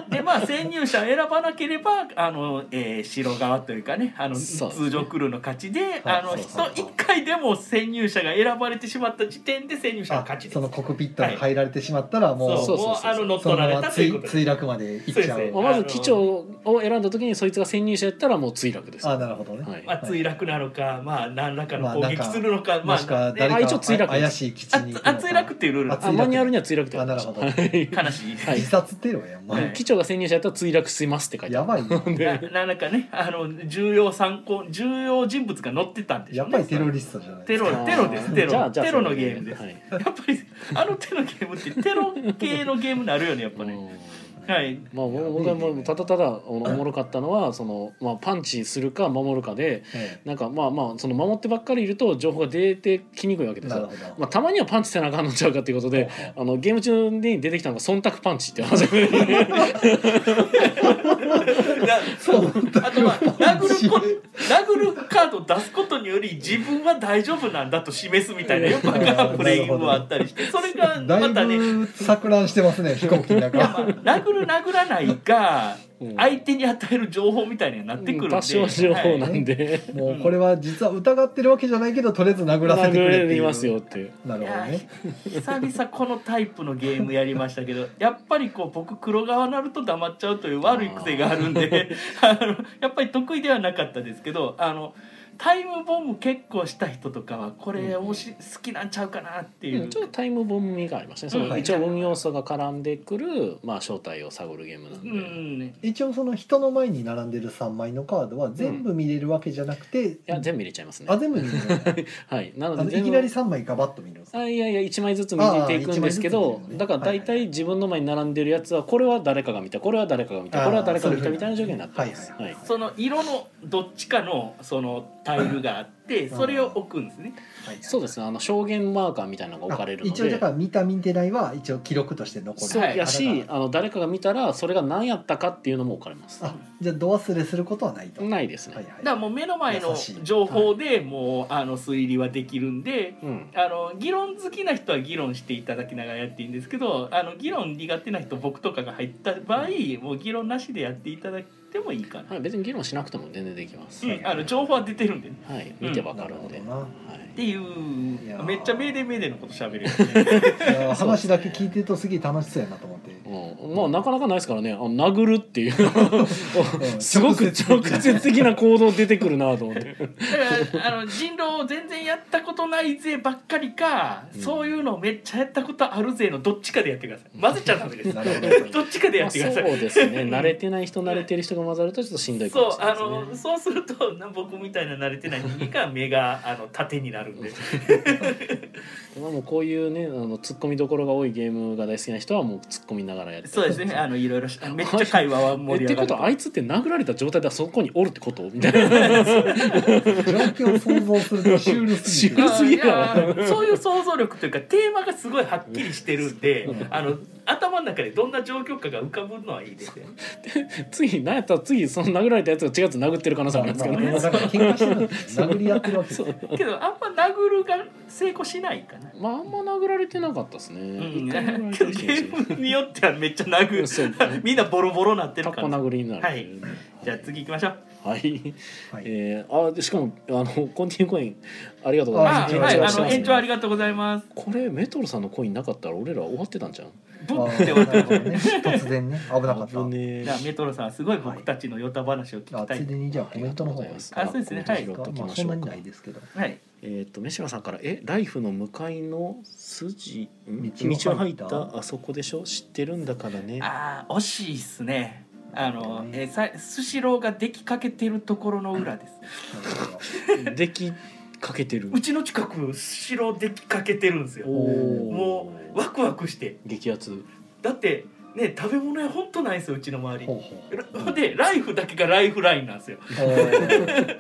でまあ潜入者を選ばなければあの、えー、白側というかねあのそうですね通常クルーの勝ちで、あのそう人そうそう1回でも潜入者が選ばれてしまった時点で潜入者のあ勝ちですそのコックピットに入られてしまったらもうそうそうそうそうもうあの乗っその取らまれまたとい墜うことで墜落まで行っちゃそうですうねまあまず機長を選んだ時にそいつが潜入者やったらもう墜落ですよあなるほどね、はいまあ、墜落なのか、まあ、何らかのまあ攻なん撃かするのか、まもあ、しくはね誰あか一応墜落です怪しい基地あに行くのあか墜落っていうルールあ墜あ落マニュアルには墜落ってありなまるしほたど、はい悲しい、は自殺テロやん、まあはい機長が潜入者やったら墜落しますって書いてあやるばいなななんかねあの重要参考重要人物が乗ってたんでしやょうっねぱりテロリストじゃないテロあーテロですテロじゃあじゃあテロのそれゲでームです、はいやっぱりあの手のゲームってテロ系のゲームになるよねやっぱね、うんはいまあ僕僕はもうただただおもろかったのはその、まあ、パンチするか守るかでえなんかまあまあその守ってばっかりいると情報が出てきにくいわけえですなるよほ、ど、まあ、たまにはパンチせなあかんのちゃうかっていうことでほうあのゲーム中に出てきたのが忖度パンチって いう話だそうあ とは殴るこ殴るカードを出すことにより自分は大丈夫なんだと示すみたいなよくわからんプレイングもあったりしてそれがだまいたねぶ錯乱してますね飛行機のいやま中あ殴るる殴らないがうん相手に与える情報みたいにはなってくるんで、多少情は報いなんで、もうこれは実は疑ってるわけじゃないけどとりあえず殴らせてく殴れれっていうますよっていう なるほどね久々このタイプのゲームやりました けどやっぱりこう僕黒側になると黙っちゃうという悪い癖があるんで あのやっぱり得意ではなかったですけどあのタイムボム結構した人とかはこれおし、好きなんちゃうかなっていう、うんちょっとタイムボム味がありますねそうんはのい一応ボム要素が絡んでくる、まあ、正体を探るゲームなんうで、んね一応その人の前に並んでる3枚のカードは全部見れるわけじゃなくて、いや全部入れちゃいますねあ全部見れるはいなあののいで全き部なり3枚ガバッと見るんですかあいやいや1枚ずつ見ていくんですけああ一枚ずつ見どていくねだから大はいは体自分の前に並んでるやつはこれは誰かが見たこれは誰かが見たこれは誰かが見たみたいな状況になってます。はいはいはいその色のどっちかのそのタイルがあってそれを置くんですね。はいそうですねあの証言マーカーみたいなのが置かれるの一応だでから見た見てないは一応記録として残るそうはいやしああの誰かが見たらそれが何やったかっていうのも置かれます。あじゃあど忘れすることはないとないですね、はいだからはもう目の前の優しい情報でもうあの推理はできるんでうんあの議論好きな人は議論していただきながらやっていいんですけどあの議論苦手な人僕とかが入った場合もう議論なしでやっていただいてもいいかはな、い、別に議論しなくても全然できます、うん、あの情報は出てるんでねはい見てわいかるんで、なはほいっていういやーめっちゃ命令命令のこ と喋るよねどないや話だけ聞いてるとすげえ楽しそうやなと思ってうん、まあなかなかないですからねあの殴るっていう すごく直直接的な行動出てくるなと思ってだからあの人狼を全然やったことないぜばっかりか、うんそういうのをめっちゃやったことあるぜのどっちかでやってください混ぜちゃダメ ですなるほどどっちか までやあってそください、うですね慣れてない人慣れてる人が混ざるとちょっとしんどいかもそうしれなあいですねのそうするとな僕みたいな慣れてない人間が目があの縦になるんでまあもうこういうねあのツッコミどころが多いゲームが大好きな人はもうツッコみながらやってそうですねあのいろいろしめっちゃ会話はえっ 盛りて上こがるととはあいつって殴られた状態ではそこにおるってことみたいな状況を想像するとシュールすぎシューてルすぎるわあいやそういう想像力というかテーマがすごいはっきりしてるんであの頭の中でどんな状況かが浮かぶのはいいですよね次何やったら次その殴られたやつが違うやつ殴ってる可能性もあるんですけ どね、まあまあ喧嘩してるんです殴り合ってるわけですねけどあんま殴るが成功しないかな、まああんま殴られてなかったですね、う一ん、け回ども殴られてる気 ゲがするームによってはめっちゃ殴うんそうるみんなボロボロなってタるかコら殴りになる、はいじゃあ次行きましょうはいはいえー、あでしかもあのコンティニューコインありがとうございあまあす。延長はい、あしてのますね延長ありがとうございますこれメトロさんのコインなかったら俺ら終わってたんじゃん。ブあンって終わーっなたるほどね突然ね危なかっ危たねえじゃあメトロさんすごい僕たちのヨタ話を聞きあたついい。でにじゃあコメントの方がいいですあそうですねコメはいント拾っときまあまそしんなょうにかな。いですけどはい。えっ、とメシラさんからえライフの向かいの筋ん道を入った道を入ったあそこでしょ知ってるんだからね。ああ惜しいっすね。あの、ねえーさスシローができかけてるところの裏です。できかけてる う。ちの近くスシローできかけてるんですよ。ーもうワクワクして。激アツ。だってね食べ物屋本当ないんですようちの周りほう。ほうほん でライフだけがライフラインなんですよ。あー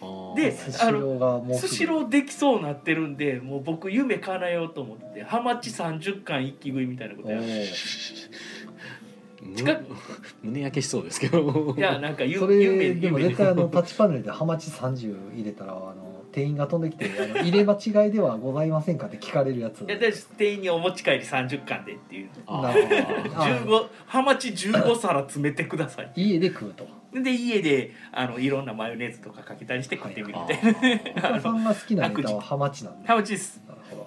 あーでスシローがもうスシローできそうなってるんでもう僕夢叶えようと思ってハマチ30巻一気食いみたいなことやるむ近く 胸焼けしそうですけど。いやなんかゆそ夢れでも夢絶対あのタッチパネルでハマチ30入れたらあの店員が飛んできてあの「入れ間違いではございませんか?」って聞かれるやついやで店員にお持ち帰り30巻でっていう あなーるほどあー15ハマチ15皿詰めてください家で食 うとで家であのいろんなマヨネーズとかかけたりして食ってみるみたいなおあ客さんが好きなネタはハマチなんでハなるマチっすほど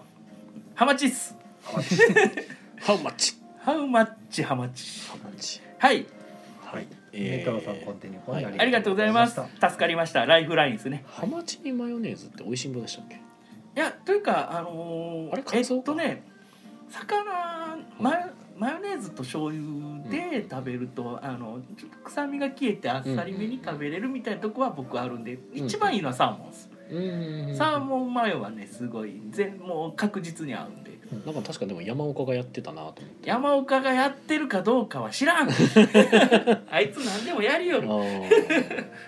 ハマチっすハマチー How much? ハウマッチハマチ How much? はいはい。メトロさんコンティニューコインはいありがとうございまありすがとうございま助かりましたライフラインですねハマチにマヨネーズって美味しんぼでしたっけ？いやというかあのーあれカツオえっとね魚マヨマヨネーズと醤油で食べると、あのちょっと臭みが消えてあっさりめに食べれるみたいなとこは僕あるんで、ん一番いいのはサーモンです、うんサーモンマヨはねすごい全もう確実に合うんでなんか確かでも山岡がやってたなと山岡がやってるかどうかは知 らんあいつ何でもやるよ思って。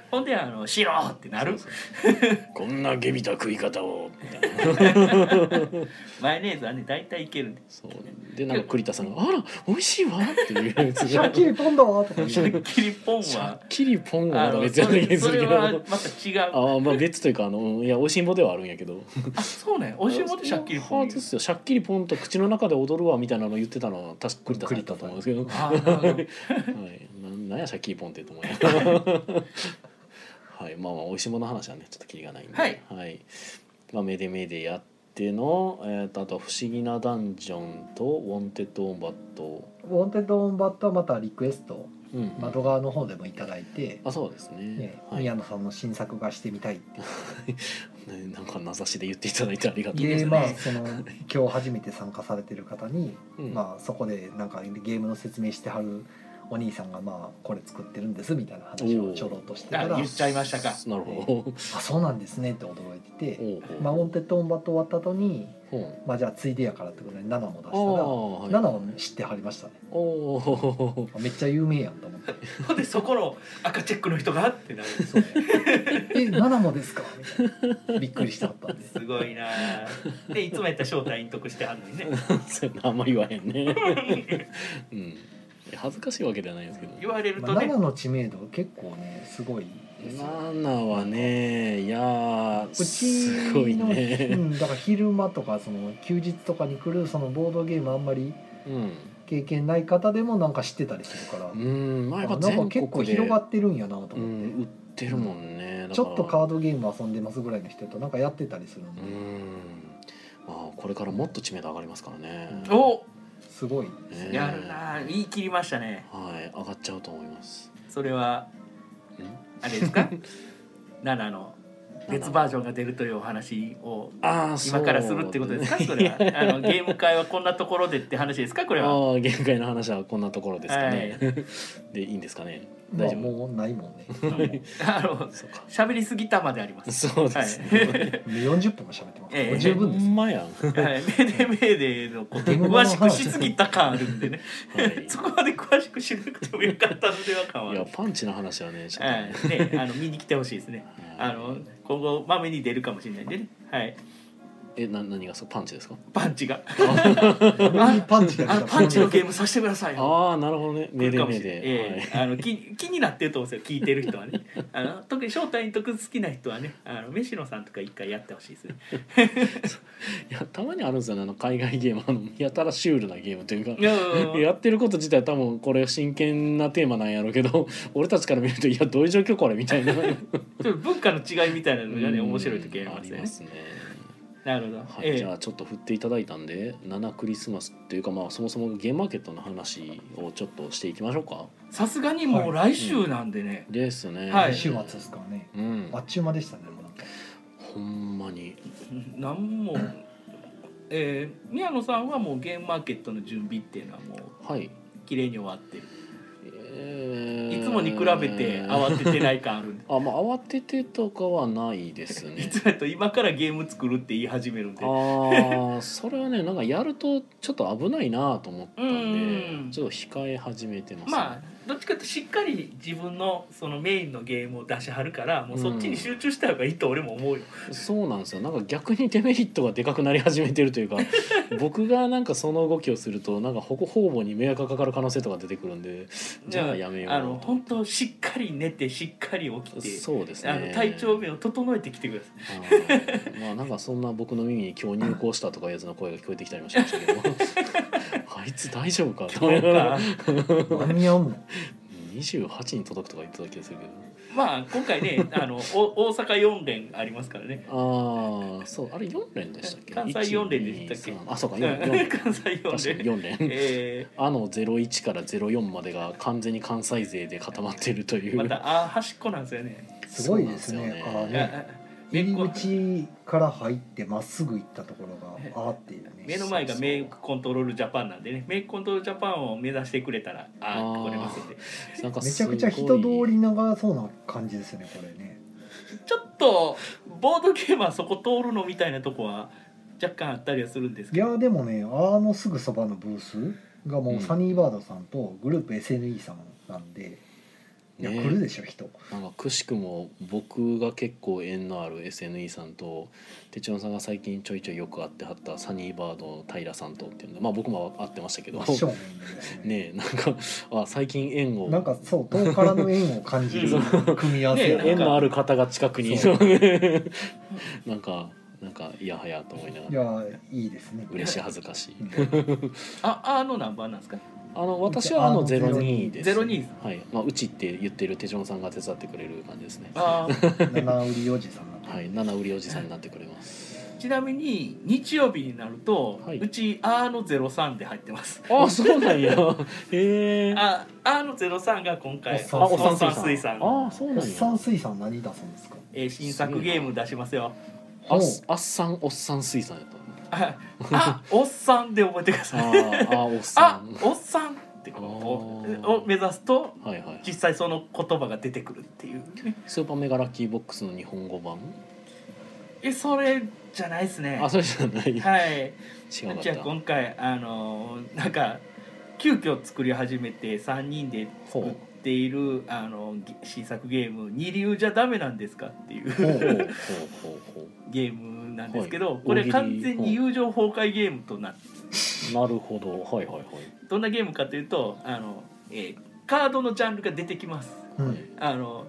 ほんであの「しろ!」ってなるそうこんな下びた食い方をみたいな。マヨネーズはね大体いけるんでそうでなんか栗田さんが「あら美味しいわ」っていうやつシャがッキリポンだわとかシ言ャうッキリポンシャはッキリポンはあまたの別そな気れがすそるれけはどま。た違うあーまあ別というかあのいやおしんぼではあるんやけどあそうねおいしいもんでシャッキリポンそうですよシャッキリポンと口の中で踊るわみたいなの言ってたのは確か栗田さんだったと思うんですけどあーはい、なんなんやシャキーポンってと思いながらはいまあまあ美味しいもの話はねちょっとキリがないんではいまあ、メデメデやっての、えー、とあと「不思議なダンジョン」と「ウォンテッド・オンバットウォンテッド・オン・バットはまたリクエスト」うん、窓側の方でもいただいて、あそうですねねはい、宮野さんの新作がしてみたいってねなんか名指しで言っていただいてありがとういうごでまざいまあす、その今日初めて参加されてる方に、うんまあ、そこでなんかゲームの説明してはるお兄さんが、まあ、これ作ってるんですみたいな話をちょろっとしてたあら言っちゃいましたかなるほど、あそうなんですねって驚いてて、おうおうまあ、ウォンテッド・オン・バット終わった後に、ほうまあ、じゃあついでやからってことで7も出あしあはいたら7を知ってはりましたねおおめっちゃ有名やんと思ってほんでそこの赤チェックの人がってなるそうえ七も ですかみたいなびっくりしてはったんですごいなあでいつもやったら招待に得してはんのにね そうやなあんま言わへんねうんいや恥ずかしいわけではないんですけど言われるまとあ、ね7の知名度結構ねすごいですよナナはねいやーうちすのごいうんね、だから昼間とかその休日とかに来るそのボードゲームあんまりうん、経験ない方でもなんか知ってたりするから、うん、まあやっあぱなんか全結構国で広がってるんやなと思って、うん、売ってるもんね、だちからょっとカードゲーム遊んでますぐらいの人となんかやってたりするんうで、んまあこれからもっと知名度上がりますからね、うんおすごいねやるなあ言い切りましたねはい上がっちゃうと思いますそれはんあれで すか7の別バージョンが出るというお話をああ今からするってことですかそれはあのゲーム会はこんなところでって話ですかこれは ああ限界の話はこんなところですかね、 でいいんですかねま大あ丈夫、もうない もんねあのそうか喋りすぎたまでありますそうですね、 40分も喋ってます、ええも う十分でほすんまやんはいメーデーメーデーのこと詳しくしすぎた感あるんでね、はいそこまで詳しくしなくてもよかったのでは感はいあやるパンチの話はねちょっとね、はいね、あの見に来てほしいですねあの今後まめに出るかもしれないんでねはい えな何がそうパンチですかパンチが急にパンチが来あたのパンチのゲームさせてくださいよああなるほどね来めるでかもめしれでない、ええあの気気になってると思うんですよ聞いてる人はねあの特に正体に得好きな人はねあの飯野さんとか一回やってほしいですねはい、いやたまにあるんですよねあの海外ゲームあのやたらシュールなゲームというかいやいやいややってること自体多分これ真剣なテーマなんやろうけど 俺たちから見るといやどういう状況これみたいなちょっと文化の違いみたいなのがね面白い時ありますうんよあねねなるほど、はい、ええじゃあちょっと振っていただいたんで7クリスマスっていうかまあそもそもゲームマーケットの話をちょっとしていきましょうかさすがにもう来週なんでね、ですねはい週末ですからねうんあっちゅう間でしたねもうなんかほんまになんも、えー、宮野さんはもうゲームマーケットの準備っていうのはもうはい、綺麗に終わってるえーいつもに比べて慌ててない感あるんであまあ慌ててとかはないです いねつ。もやと今からゲーム作るって言い始めるんでああそれはねなんかやるとちょっと危ないなと思ったんうんでちょっと控え始めてます、ね、まあどっちかってしっかり自分のそのメインのゲームを出しはるからもうそっちに集中した方がいいと俺も思うよ、そうなんですよなんか逆にデメリットがでかくなり始めてるという か僕がなんかその動きをするとなんかほこ方々に迷惑がかかる可能性とか出てくるんでじゃあやめようあのと本当しっかり寝てしっかり起きて、そうですねあの体調面を整えてきてくださいはいまあなんかそんな僕の耳に今日入校したとかいうやつの声が聞こえてきたりもしましたけ どあいつ大丈夫かと思いながら間に合うもん28に届くとか言ってた気がするけどまあ今回ねあのお大阪4連ありますからねああそうあれ4連でしたっけ関西四連でしたっけ1 2 3あそうか関 4, 連確か西に4連4連えあの01から04までが完全に関西勢で固まっているといー、うまたあ端っこなんですよねすごいですねそうなんあのですよねあ入り口から入ってまっすぐ行ったところがあーっていうね目の前がメイクコントロールジャパンなんでねメイクコントロールジャパンを目指してくれたらああーー来れますんでなんかめちすゃごいくちゃ人通り長そうな感じですねこれねちょっとボードゲームはそこ通るのみたいなとこは若干あったりはするんですいけどやーでもねあのすぐそばのブースがもうサニーバードさんとグループ SNE さんなんで、いやね来るでしょ人なんかくしくも僕が結構縁のある SNE さんと哲郎さんが最近ちょいちょいよく会ってはったサニーバードの平さんとっていうのでまあ僕も会ってましたけどショーンですねねえなんかあ最近縁をなんかそう遠からの縁を感 じる組み合わせやなね縁のある方が近くにそ なんかなんかいやはやと思いないがらやいいですね嬉しい恥ずかしいああの何番なんですかあの私はあのゼロ02です02はいまあうちって言ってる手順さんが手伝ってくれる感じですねはあー七売りおじさんなんでい七売りおじさんになってくれますちなみに日曜日になると、はいうち「あ」の03で入ってますあそうなんや へえああのゼロ三が今回おっさんあおさんおっさん水産あそうおっなんさんや水産何出すんですかえー新作ゲーム出しますよ。あほっうあっさんおっさん水産やったああおっさんで覚えてください。あーあおっさあんおっさんってこあーとを目指すとはいはい実際その言葉が出てくるっていう。スーパーメガラッキーボックスの日本語版 えそれじゃないですね。あそれじゃない違うかはい。っじゃあた今回あのーなんか急遽作り始めて三人でほ作っているあのげ新作ゲーム二流じゃダメなんですかっていう うほうほうほううほうゲームなんですけはいど、こ大喜れ利完全に友情崩壊ゲームとなってほうなるほどはいはいはいどんなゲームかというとあの、えーカードのジャンルが出てきますうんあの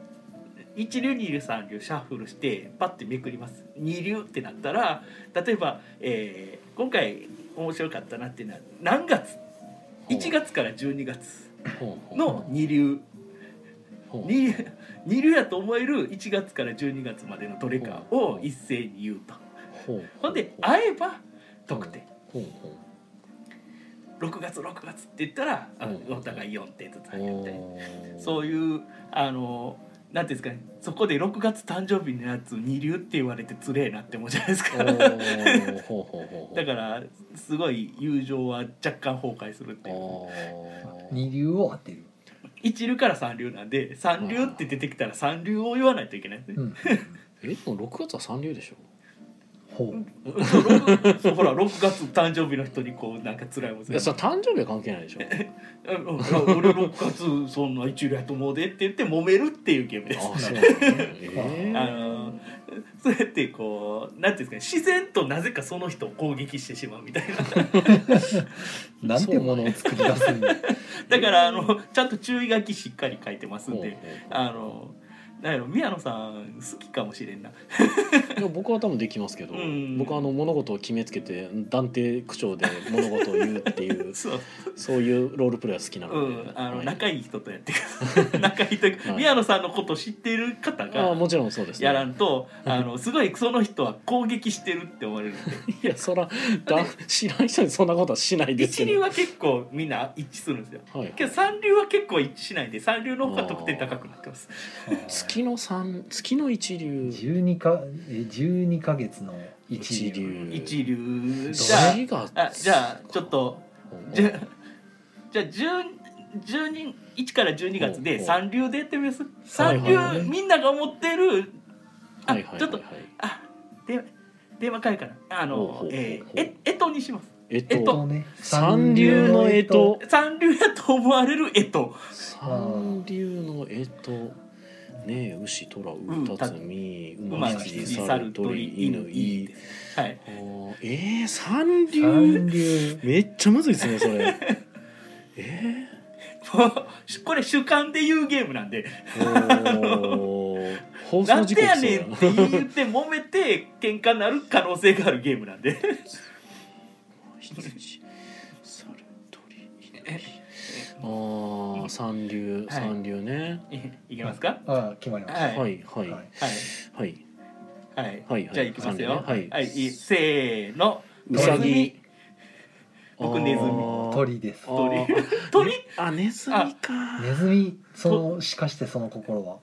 一流二流三流シャッフルしてパッてめくります二流ってなったら例えば、えー今回面白かったなっていうのは何月1月から12月の二流ほう二流二流やと思える1月から12月までのどれかを一斉に言うとほうほんで会えば得点ほうほう6月6月って言ったらあのうんお互い4点ずつ入ってておーそういうあのなんていうんですかねそこで6月誕生日のやつ二流って言われてつれえなって思うじゃないですおかだ ーほうほうほうほうからすごい友情は若干崩壊するっていうおー二流を当てる一流から三流なんで三流って出てきたら三流を言わないといけないですねう、んえでも六月は三流でしょほうそう六そうほら6月誕生日の人にこうなんか辛いもんいやすさる誕生日は関係ないでしょうんうん俺6月そんな一流やと思うでって言って揉めるっていうゲームですあそうなんだ ねえあーのそうやってこうなんていうんですかね自然となぜかその人を攻撃してしまうみたいななんてものを作り出すんだだからあのちゃんと注意書きしっかり書いてますんほうでほうほうあのなんやろ宮野さん好きかもしれんないや僕は多分できますけど、うん僕はあの物事を決めつけて断定口調で物事を言うって いうそう、そういうロールプレイは好きなのうで、ん、あのはい仲いい人とやってく ださい仲いいというかはい宮野さんのこと知ってる方あもがちろんそうです、ね、やらんとあのすごいその人は攻撃してるって 思われるんいでやそらだ知らん人にそんなことはしないです一よ流は結構みんな一致するんですよはい、けど三流は結構一致しないんで三流の方が得点高くなってます月の三月の一流12かえ12ヶ月の一流一流じゃ四月ああじゃあちょっとじゃじゃあ10 1から12月ほうほでう三流でやってみますはい三はい流はいみんなが思ってるあはいはいはいはいちょっとあで電話変えるからあほうほうほのうえーええとにしますえっとえっとね三流のえと三流やと思われるえと三流のえっとねえ牛虎んうたつみ馬馬羊羊猿猿鳥鳥犬犬いいいいですはいおーえー、三三流流めっちゃむずいですねそれえもうこれ主観で言うゲームな んでー、おー放な送ん事で故や起きねそんうって言って揉めて喧嘩になる可能性があるゲームなんで 羊猿鳥犬ああ三流はい三流ね、いけますかあ決まりましははいい、はいはたいはいはいはいははい、いはいじゃあ行きますよ。三流ねはいいいせーの。うさネズミぎ。僕ネズあミー鳥ですあー 鳥。あネズミかネズミそのしかしてその心は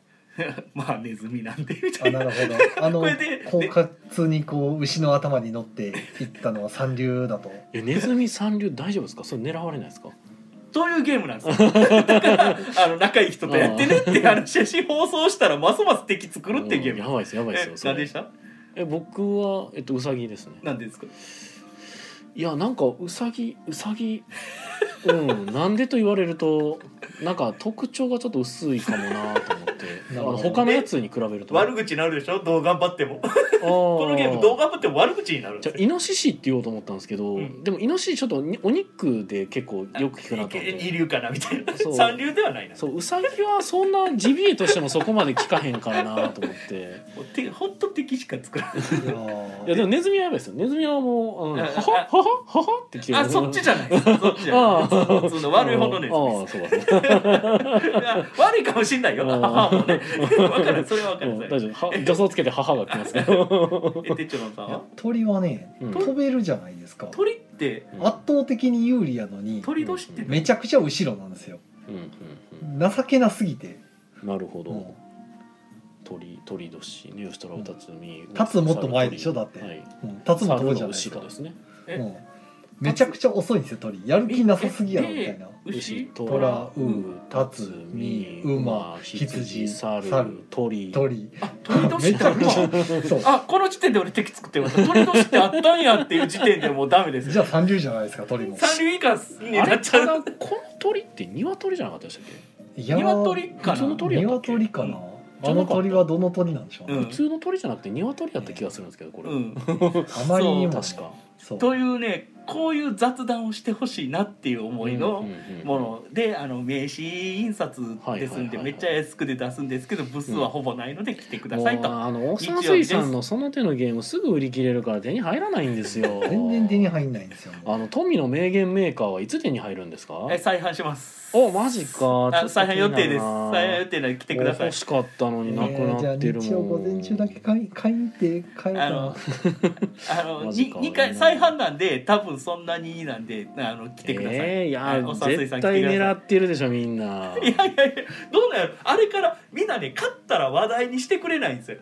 まあネズミなんでみたあいな。なるほ どあのこれで狡猾にこう牛の頭に乗っていったのは三流だとえネズミ三流大丈夫ですかそれ狙われないですかというゲームなんですよ。 だからあの仲いい人とやってねって話やし放送したらますます敵作るっていうゲーム。んやばいですやばいですよえそれ何でした？え僕はえっとウサギですね何ですか？ いやなんかウサギウサギうんなんでと言われるとなんか特徴がちょっと薄いかもなと思って あなるほのど他のやつに比べると悪口になるでしょどう頑張ってもここのゲームどう頑張っても悪口になるんじでゃすあイノシシって言おうと思ったんですけど、うんでもイノシシちょっとにお肉で結構よく聞くなと思っ二て流かなみたいなそう三流ではないなそうウサギはそんなジビエとしてもそこまで聞かへんからなと 思ってもうてほんと敵しか作らないいやいやでもネズミはやばいですよネズミはもう「あのあははあはははって聞いてあそっちじゃないそっちじああゃないその悪い方のネズミああそうかそうかいや 悪いかもしんないようん母もね分からないそれは分かうらんない大丈夫は助走つけて母が来ますけ どえてちょろんさんは鳥はね、うん飛べるじゃないですか鳥ってうん圧倒的に有利やのに鳥年ってめちゃくちゃ後ろなんですようんうんう情けなすぎて、んなるほど、も鳥鳥年ね吉太郎辰巳辰もっと前でしょだってはい、ううん立つの猿とのこじゃないです後かろですねえうんめちゃくちゃ遅いんですよ鳥やる気なさすぎやろえみたいな牛ト虎ラウータタツツミミ馬馬羊羊猿猿鳥鳥あ鳥年めっちてゃくちゃそうあこの時点で俺敵作ってました鳥年ってあったんやっていう時点でもうダメですじゃあ三流じゃないですか鳥も三流以下にあなれっちゃたうだこの鳥って鶏じゃなかったでしたっけいやー鶏かな普通の鳥やったっけ鶏かなじゃあなかのった鳥はどの鳥なんでしょううねん普通の鳥じゃなくて鶏やった気がするんですけどこれ、うんあまりにも確かそうというねこういう雑談をしてほしいなっていう思いのものであの名刺印刷ですんではいはいはいはいめっちゃ安くで出すんですけど部数はほぼないので来てくださいともうあのオサ水産のその手のゲームすぐ売り切れるから手に入らないんです よ全然手に入んないんですよもうあの富の名言メーカーはいつ手に入るんですかえ再販しますおマジかちょっとあ再販予定気ですになるな再販予定なので来てください欲しかったのになくえーじゃなあってるもん、日曜午前中だけ買い買いに行って帰るかあのなあのマジか2回再販なんで多分そんなになんであの来てください、えーいはやいおさすい絶さん対来てくだ狙さってるでしょみんないいやいやいやどうなんやろあれからみんなね勝ったら話題にしてくれないんですよ、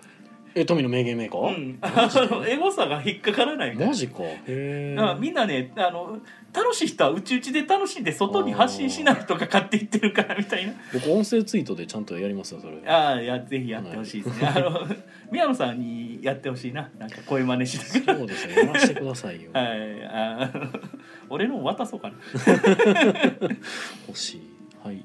え富の名言メーカうー、ん、あの エゴさが引っかからないみたいマなジかへだからみんなねあの楽しい人はうちうちで楽しんで外に発信しない人が買っていってるからみたいな僕音声ツイートでちゃんとやりますよそれああいやぜひやってほしいですね、あ の宮野さんにやってほしいななんか声真似しながらそうですねやらしてくださいよ はい、あー 俺のも渡そうか な。欲しいはい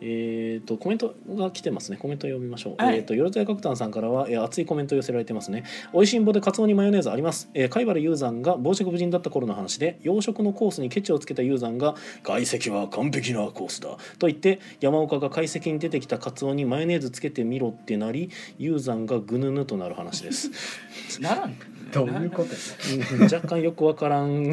えー、とコメントが来てますねコメント読みましょう、はえいー、とよろずや角炭さんからは、えー熱いコメント寄せられてますねおいしんぼでカツオにマヨネーズあります、えー、貝原雄山が傍若無人だった頃の話で養殖のコースにケチをつけた雄山が「外石は完璧なコースだ」と言って山岡が解析に出てきたカツオにマヨネーズつけてみろってなり雄山がぐぬぬとなる話ですならん。どういうことやうん若干よくわからん のよ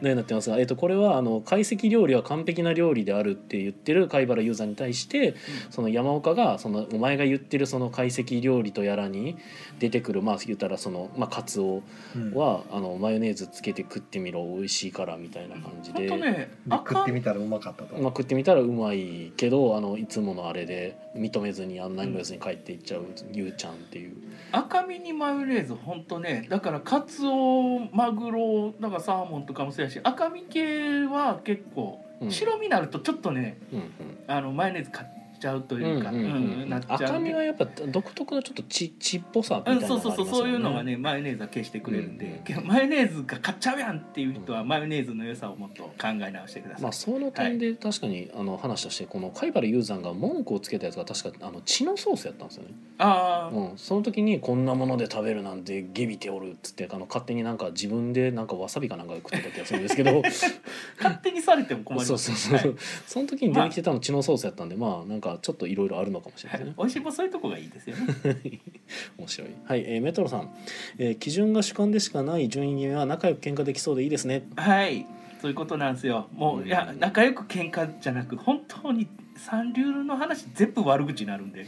うになってますが、えっと、これはあの懐石料理は完璧な料理であるって言ってる貝原雄山に対して、その山岡がそのお前が言ってるその懐石料理とやらに出てくるまあ言ったらその、まあ、カツオうんは、あのマヨネーズつけて食ってみろ美味しいからみたいな感じ本で。当ね、であ食かってん。みたらうまかったとまあ、食ってみたらうまいけどあのいつものあれで認めずにあんなにも言わずに帰っていっちゃう、ゆうちゃんっていう赤身にマヨネーズ、本当ね、だからカツオ、マグロ、だからサーモンとかもそうやし、赤身系は結構。うん白身になると、ちょっとね、うんうんあのマヨネーズ買っちゃうというか、うんうんうんうんなっちゃ赤うん身はで。やっぱ独特のちょっと血血っぽさみたういん、なそのうがそうそう、そういうのあがりね、マヨネーズは消してくれるんうんうんで、けどマヨネーズが買っちゃうやんっていう人は、マヨネーズの良さをもっと考え直してくだまさいあ。その点で確かにあの話としてこの貝原雄山が文句をつけたやつが確かあの血のソースやったんですよね、あうん、その時にこんなもので食べるなんてゲビておるっつってあの勝手になんか自分でなんかわさびかなんかで食ってた気がするんです けどあ、勝手にされても困ります。そうそうそう、はいその時に出てきてたの血のソースやったんでまあなんかちょっといろいろあるのかもしれないですね美味しいもそういうとこがいいですよね。面白いはい、えーメトロさん、えー基準が主観でしかない順位には仲良く喧嘩できそうでいいですねはいそういうことなんですよもう、うんいや仲良く喧嘩じゃなく本当に三流の話全部悪口になるん で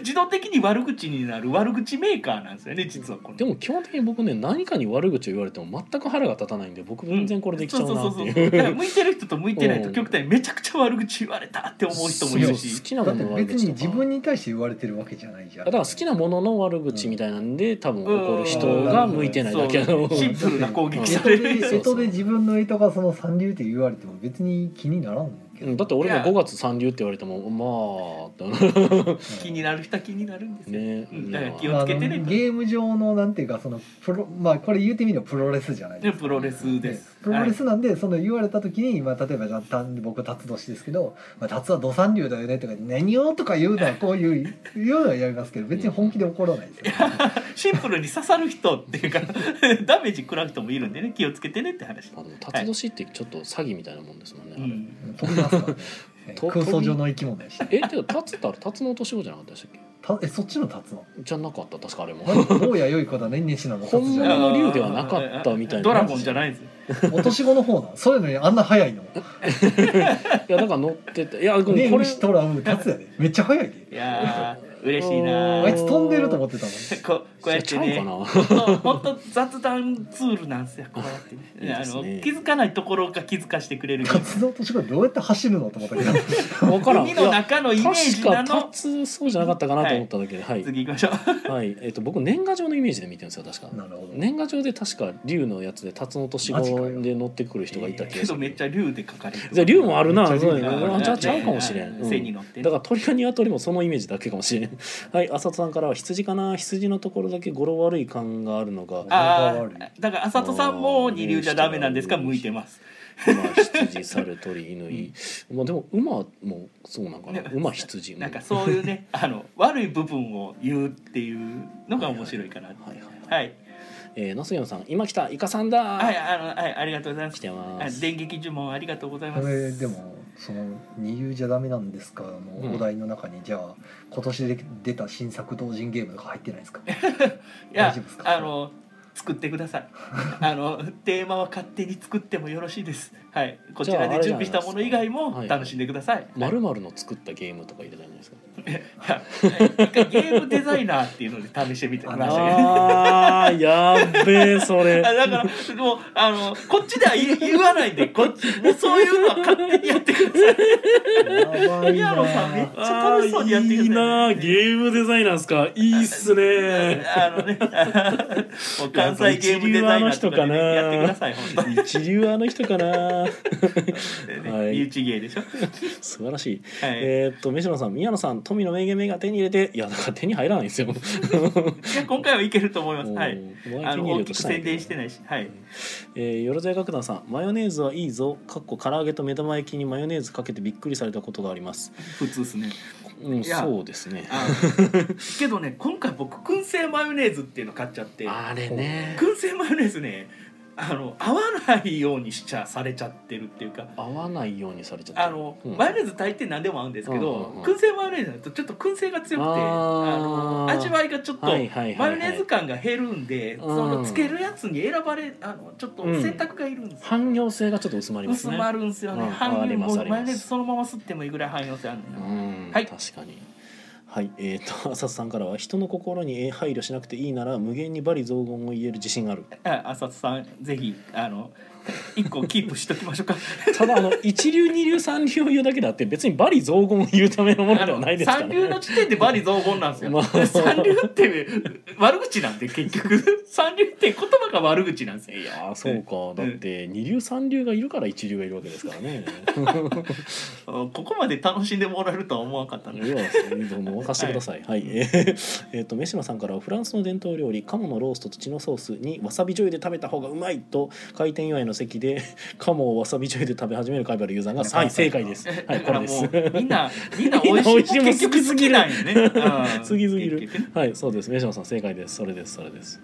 自動的に悪口になる悪口メーカーなんですよね実はこのでも基本的に僕ね何かに悪口を言われても全く腹が立たないんで僕全然これできちゃうなってそそいそう そだから向いてる人と向いてないうとん極端にめちゃくちゃ悪口言われたって思う人もいるそうし好きなだもっのての悪別口にとか自分に対して言われてるわけじゃないじゃんだから好きなものの悪口みたいなんで多分怒る人が向いてないだけそのうシンプルな攻 撃干さ支れるで干支で自分の干支がその三流って言われても別に気にならんけうどん、だって俺いがや5月三流って言われてもまあだな気になる人は気になるんですよ、ねうんだから気まをまあつけてねあのゲーム上のなんていうかそのプロまあこれ言うてみればプロレスじゃないねですか。プロレスです、ねプロレスなんで、その言われた時に、まあ、例えばじゃあた僕達年ですけど「まあ、達は土三流だよね」とか「何よ」とか言うのはこういう言うのはやりますけど別に本気で怒らないですよ、 シンプルに刺さる人っていうか ダメージ食らう人もいるんでね気をつけてねって話、あでも辰年ってちょっと詐欺みたいなもんですもんね、うん、飛びますからねえと空想上の生き物やしえてか辰ってあれ辰の年子じゃなかったでしたっけたえそっちの達のじゃなかった確かあれ も大や良い子だね西野の達本じゃ物ないの竜ではなかったみたいなドラゴンじゃないんですよお年子の方なんそういうのにあんな早いのねいやだから乗ってていやでもこえれ西トラウ達やで めっちゃ早いでいやー嬉しいなおーあいーつ飛んでると思ってたもんここうやっていやちゃねうかなほんとほんと雑談ツールなんですよこうやってね いいですねあの気づかないところが気づかしてくれる達の年子どうやって走るのと思ったけど分からん海の中のイメージな確かの達そうじゃなかったかなと思っただけではい、はい次行きましょうえっと僕年賀状のイメージで見てるんですよ確かなるほど年賀状で確か竜のやつで辰の年マジかよ子で乗ってくる人がいた気けがすどめっるちゃ竜で書かれてるじゃあ竜もあるなめっちゃそう竜だだねなあじゃあちゃうかもしれん、うん背に乗ってねだから鳥か鶏もそのイメージだけかもしれんはい浅田さんからは羊かな羊のところだけ語呂悪い感があるのがま ああ分かるーだから浅戸さんも二流じゃダメなんですかあー向いてます羊猿鳥犬い、まあでも馬もそうなんかなね馬羊なんかうそういうね あの悪い部分を言うっていうのが面白いかなってはいはいはいはいえー、ナスギョンさん今来たイカさんだはいあのはいありがとうございま来すてまあす電撃呪文ありがとうございまこすれでもその二遊じゃダメなんですかうのんお題の中に、じゃあ今年で出た新作同人ゲームとか入ってないですかい大や丈夫ですかあの作ってくださいあのテーマは勝手に作ってもよろしいですはいこちらじゃああでれじ準ゃない備ですしかたもの以外もはい楽しんでくださいまるまるの作ったゲームとか入れたんじゃないですか。はい一回ゲームデザイナーっていうので試してみてくださいああ、やっべえ、それ あだからもうあのこっちでは言言わないでこっちもうそういうのは勝手にやってくださいやばい宮な野さんめっぁちゃ楽しそうにやってくださいねあーいいなゲームデザイナーですか。いいっすね。あのねもう関西ゲームデザイナーとかでねやってください本当に、一流あの人かな。は い身内芸でしょ、はい素晴らしい。えーっと、飯野さん、宮野さん、富の名言目が手に入れて、いや、だから手に入らないんですよ。いや今回はいけると思います もはいうお前あ手に入れようの大ときくしたんやけど宣伝してないしはいえー、よろずや楽団さんマヨネーズはいいぞかっこ唐揚げと目玉焼きにマヨネーズかけてびっくりされたことがあります普通ですねうんいやそうですねあけどね今回僕燻製マヨネーズっていうの買っちゃってあれね燻製マヨネーズねあの合わないようにしちゃされちゃってるっていうか合わないようにされちゃったあの、うんマヨネーズ大抵何でも合うんですけうど、んうんうん燻製マヨネーズだとちょっと燻製が強くてあーあの味わいがちょっと、はいはいはいはいマヨネーズ感が減るんで、んそのつけるやつに選ばれあのちょっと選択がいるんですよ、汎用性がちょっと薄まります薄ねまるんですよね、うんあ汎り用ますもうありますマヨネーズそのまま吸ってもいいぐらい汎用性あるんだうよ、ん、はい確かにはいえー、と 浅田さんからは人の心に配慮しなくていいなら無限に罵詈雑言を言える自信があるあ浅田さんぜひあの一個キープしとき ましょうかただあの一流二流三流を言うだけであって別に罵詈雑言を言うためのものあではのないですから三流ねの時点でバリ雑言なんです よ、まあ三流って悪口なんで結局三流って言葉が悪口なんですよいやーそうかだって二流三流がいるから一流がいるわけですからねあここまで楽しんでもらえるとは思わなかったね。いやどうも任せてくださいはい、 えーえーと飯野さんからはフランスの伝統料理鴨のローストとチノソースにわさび醤油で食べた方がうまいと開店祝いの席で 鴨をわさび醤油で食べ始めるカイバルユーザーが3位正解ですはだいこかれでらもすう みんなみんな美味しいもんみんな美味しいもん結局好きなんよね。好きすぎうんる結局ねはいそうです飯野さん正解ですそれですそれです、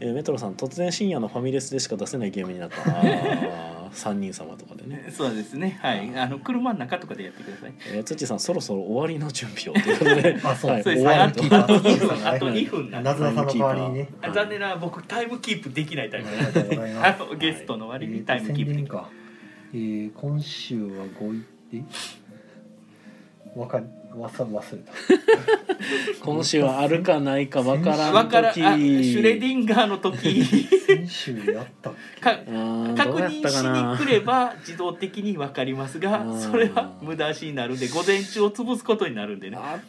えーメトロさん突然深夜のファミレスでしか出せないゲームにな ったあ3人様とかでねそうですね。はい。あの車の中とかでやってください。えー、土さんそろそろ終わりの準備をということ であそうはい、そ終うですわありとと終わりとあと二分なんでなずなさんの代わりにねあ残念ながら僕タイムキープできないタイプあ。りが とうございますあのゲストの割にタイムキープでき宣伝ない。か、えー、今週は5位えわかわさ忘れた今週はあるかないかわからん時わからあシュレディンガーの時 先週やったっけかあーど確うや認っしたかなに来れば自動的にわかりますうが、んそれは無駄足になるんで午前中を潰すことになるんでね。あっ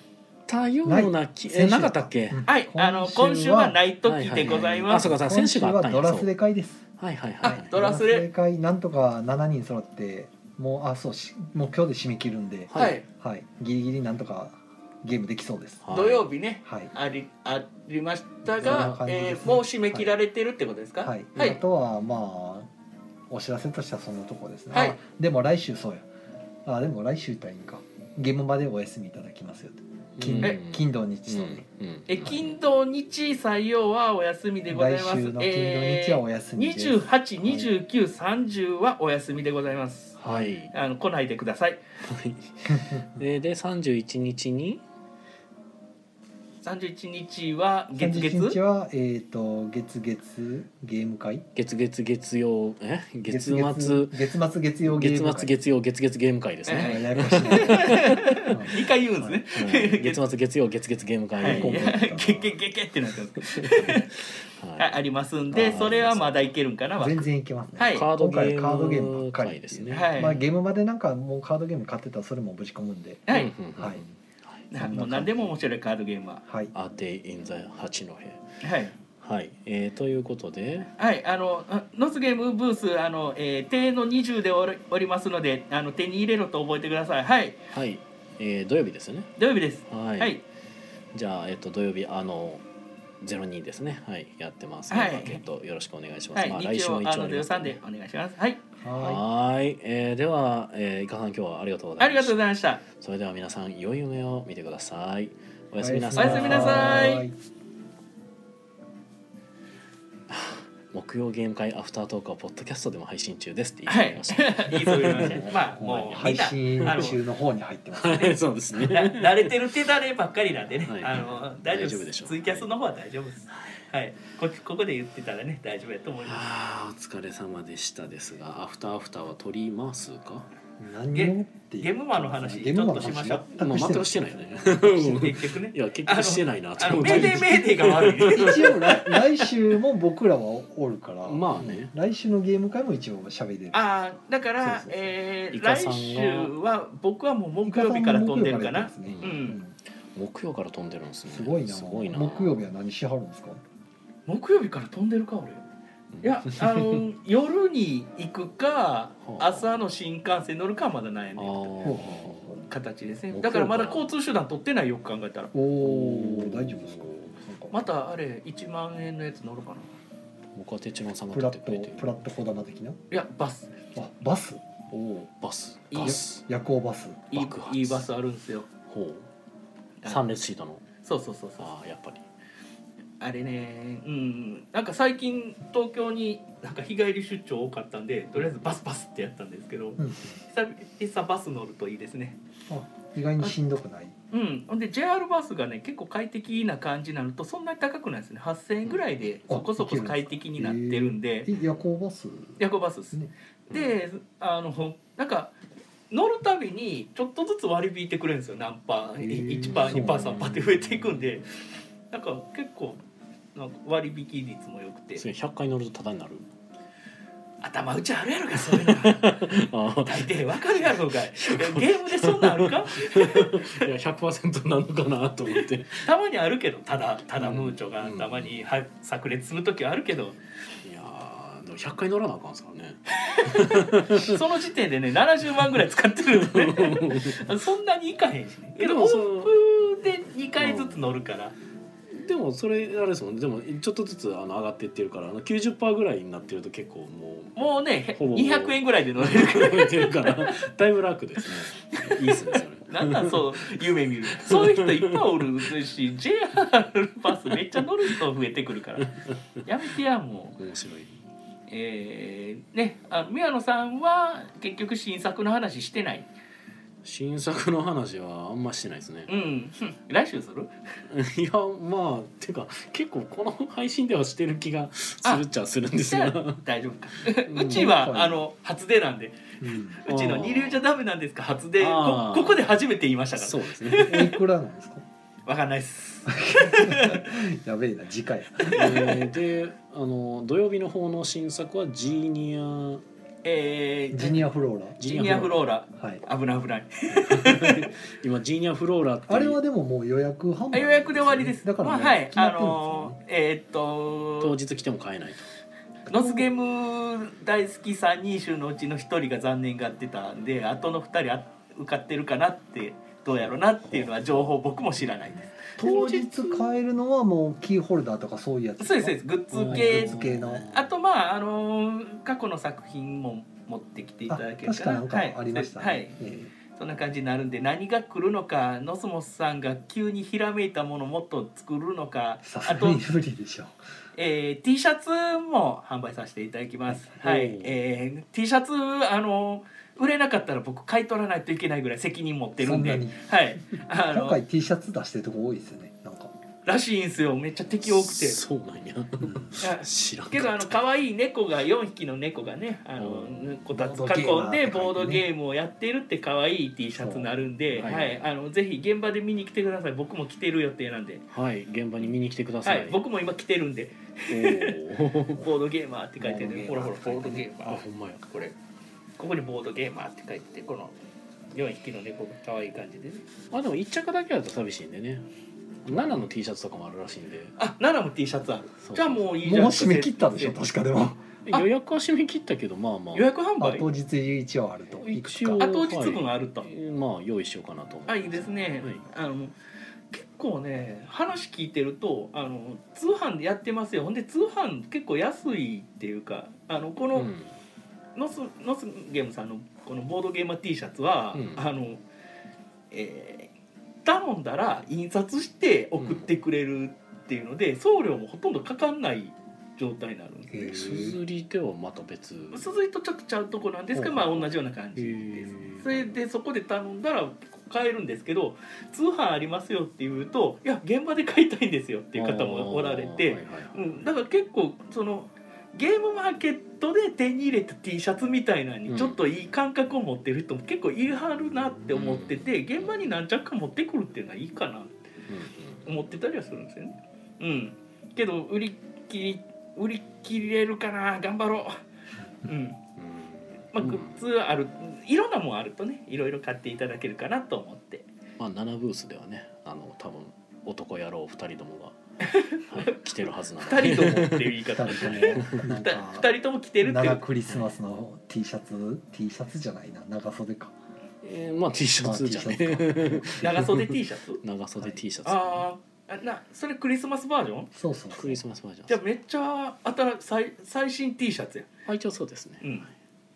たようなきえなかったっけ、うんはい、あの今週はない時でござはいはいいます。はいあそうかそうか先週があったんや今週はドラスレ会ですはいはいはあいドラスレ会なんとか7人揃ってもうあそうしもう今日で締め切るんで、はいはいはい、ギリギリなんとかゲームできそうです。はい土曜日ねはい、ありありましたそんなが、感じですねえーもう締め切られてるってことですかはい、はいあとはまあお知らせとしてはそんなところですね。はいあでも来週そうや。あでも来週とはいいんか。ゲームまでお休みいただきますよと。金え金土日うと、んうんえ金土日採用はお休みでござい来ます週の金土日はお休みです。えー28、29、30はお休みでございますはいあの来ないでくださいでで31日に31日は月31日月はえっ、と月月ゲーム会。月月月曜え月末月末月曜ゲー月ム末会。月曜月月ゲーム会ですはいあね、ややこしい ねうん2回言うんですね、うん月末月曜月月ゲーム会、はい、今回だゲゲゲゲってなってます、 はいはい、ありますんであーそれはまだいけるんかな全然いけますね。はいカードゲーム今回カードゲームばっかり会ですねはいまあゲームまでなんかもうカードゲーム買ってたらそれもぶち込むんで。はういんうんうんはいなもう何でも面白いカードゲームははい。アテイ・イン・ザ・八戸はいはい、えー、ということではい、あのあノスゲームブースあの、えー、定の20でおりおりますのであの手に入れろと覚えてくださいはいはい、えー、土曜日ですよね土曜日ですは、はいいはい、じゃあ、えっと、土曜日あの02ですねはいやってますのはで、いえっと、よろしくお願いします、まあ来日週も曜一あ応のあり土ま曜すさんんででお願いしますはいははい、えー、では、えー、いかさん今日はありがとうござあいりまがしとたうございましたそれでは皆さん良い夢を見てくださいおい。やすみなおさいやすみなさい。木曜ゲーム会アフタートークはポッドキャストでも配信中ですって言はっていみました、いいそう 言いましたまあもう配みん信なあの中の方に入ってます。はい、 そうですねな慣れてる手だればっかりなんでね、はいあの大丈大丈夫夫ででしすょうツイキャスの方は大丈夫ですはいこここで言ってたらね大丈夫やと思いますはあお疲れ様でしたですがアフターアフターは取りますか何をっていうゲゲームマンの話ゲームマンのちょっと話しましょう全まあ全くくししててなないいよね結局ねいや結局してないなとあの思っメーデてーメーデーが悪い 一応来来週も僕らはおるから。まあね来週のゲーム会も一応喋れる。ああだからそうそうそうえイーカ来さんが週は僕はもう木曜日から飛んでる木曜日かならやってますねううんうん木曜から飛んでるんですねすごいな。すごいな木曜日は何しはるんですか。木曜日から飛んでるか俺いや あの夜に行くかはあ朝の新幹線乗るかはまだ悩んあでるほうほうーほう形です木ね曜だからまだから交通手段取ってないよく考えたらおおー大丈夫ですか。またあれ1万円のやつ乗るかない僕は哲郎さんがプ撮っラてッくれてトるプラット小玉的な。やバスあバス。おおバスいいガス夜行バス。いい爆発いいバスあるんですよほう三列シートのそうそうそうそうああやっぱりあれねうんなんか最近東京になんか日帰り出張多かったんでとりあえずバスバスってやったんですけどうん。久々バス乗るといいですねあ意外にしんどくない。うんほんで JR バスがね結構快適な感じになるとそんなに高くないですね8,000円ぐらいであそこそこ快適になってるんでえ夜行バス。夜行バスですねであのなんか乗るたびにちょっとずつ割り引いてくれるんですよ何パーへー1パー2パーそう3パーって増えていくんでなんか結構なんか割引率も良くてそれ100回乗るとタダにな る頭打ちあるやろかそういうのはああ大抵わかるやろう かいやゲームでそんなんあるかいや100%なのかなと思ってたまにあるけどただただムーチョがうんたまには炸裂する時はあるけどいやーでも100回乗らなあかんですからねその時点でね70万ぐらい使ってるんでねそんなにいかへんしねけでども往その復で2回ずつ乗るから。でもそれあれですもんねでもちょっとずつあの上がっていってるからあの90%ぐらいになってると結構も うもうね、ほぼ200円ぐらいで乗れるか動いてるからだいぶ楽ですねいいっすねそれら。なんなんそう、夢見る。そういう人いっぱいおるし、JR バスめっちゃ乗る人増えてくるから。やめてや、もう。面白いえー、ね、あ宮野さんは結局新作の話してない。新作の話はあんましてないですねうん。来週するいやまあていうか結構この配信ではしてる気がするっちゃするんですじゃがあ大丈夫か。うんうちは、あの、初出なんで。うん。うちの二流じゃダメなんですか、初出。あこーここで初めて言いましたかそうですね、おいくらなんですか。ら。わかんないっす。 やべえな次回。えーであの土曜日の方の新作はジーニア えー、ジニアフローラ。ジニアフローラ。はい。危ない危ない。今ジーニアフローラっていうあれはでももう予約販あ売。予約で終わりです。だからまもあうはい、決まあってるんですよねのーえーっ当と日来ても買えないとノスゲーム大好き3人衆のうちの1人が残念がってたんであとの2人あ受かってるかなってどうやろうなっていうのは情報僕も知らないです。当日買えるのはもうキーホルダーとかそういうやつそうですそうですグッズグ系ッズ系のあとまああのー過去の作品も持ってきていあただける確かかななんかありましたね、はい、はいえそんな感じになるんで何が来るのかノスモスさんが急にひらめいたものをもっと作るのかえさすあがとに、無理でしょえー T シャツも販売させていただきます、はいおーえー T シャツあの売れなかったら僕買い取らないといけないぐらい責任持ってるんでそんなにはいあ今の回 T シャツ出してるとこ多いですよねなんか、らしいんですよめっちゃ敵多くて。そうなんやうんいや知らんかけどあっの可愛い猫が4匹の猫がねあうのんこたつボードゲー囲マーっんて書いてねでボードゲームをやってるって可愛い T シャツになるんで、そはういはいあのぜひ現場で見に来てください僕も着てる予定なんで、たはい現場に見に来てくだはさいい、僕も今着てるんでおーボードゲーマーって書いてるボほーらドほゲーマーらボードゲーマあーほんまやこれここにボードゲーマーって書いててこの4匹の猫が可愛い感じでねあでも一着だけだと寂しいんでね7の T シャツとかもあるらしいんであナナも T シャツあるそうじゃあもういいじゃんもう締め切ったでしょ確かでもあ予約は締め切ったけどまあまあ予約販あ売当日一応あるといくつ一か応あ当日分あると、まあ用意しようかなと思あいいですね、はいあの結構ね話聞いてるとあの通販でやってますよほんで通販結構安いっていうかあのこの、うんノスノスゲームさんのこのボードゲーマー T シャツは、うんあのえー頼んだら印刷して送ってくれるっていうので、送料もほとんどかかんない状態になるんでへすりではまた別続いとちょっとちゃうとこなんですけど、ほうまあ、ほう同じような感じですへーそれでそこで頼んだら買えるんですけど通販ありますよって言うといや現場で買いたいんですよっていう方もおられて、うん、だから結構そのゲームマーケットで手に入れた T シャツみたいなのうにんちょっといい感覚を持ってる人も結構いはるなって思ってて、現場に何着か持ってくるっていうのはいいかなって思ってたりはするんですよね。うん、けど売り切り売り切れるかな頑張ろう。うんまあ、グッズある、いろんなもんあるとねいろいろ買っていただけるかなと思ってまあ7ブースではねあの多分男野郎2人ども が、はい、来てるはずなの2人ともっていう言二い 方人ともなんか2人とも着てるってい長うクリスマスの T シャツ T シャツじゃないな長袖かえーまあ T シャツじゃね、まあ T シャツか長袖 T シャツ長袖 T シャツ、あーあなそれクリスマスバージョンそうそうクリスマスバージじゃョあめっちゃ新最最新 T シャツやンあ一応そうですね、うん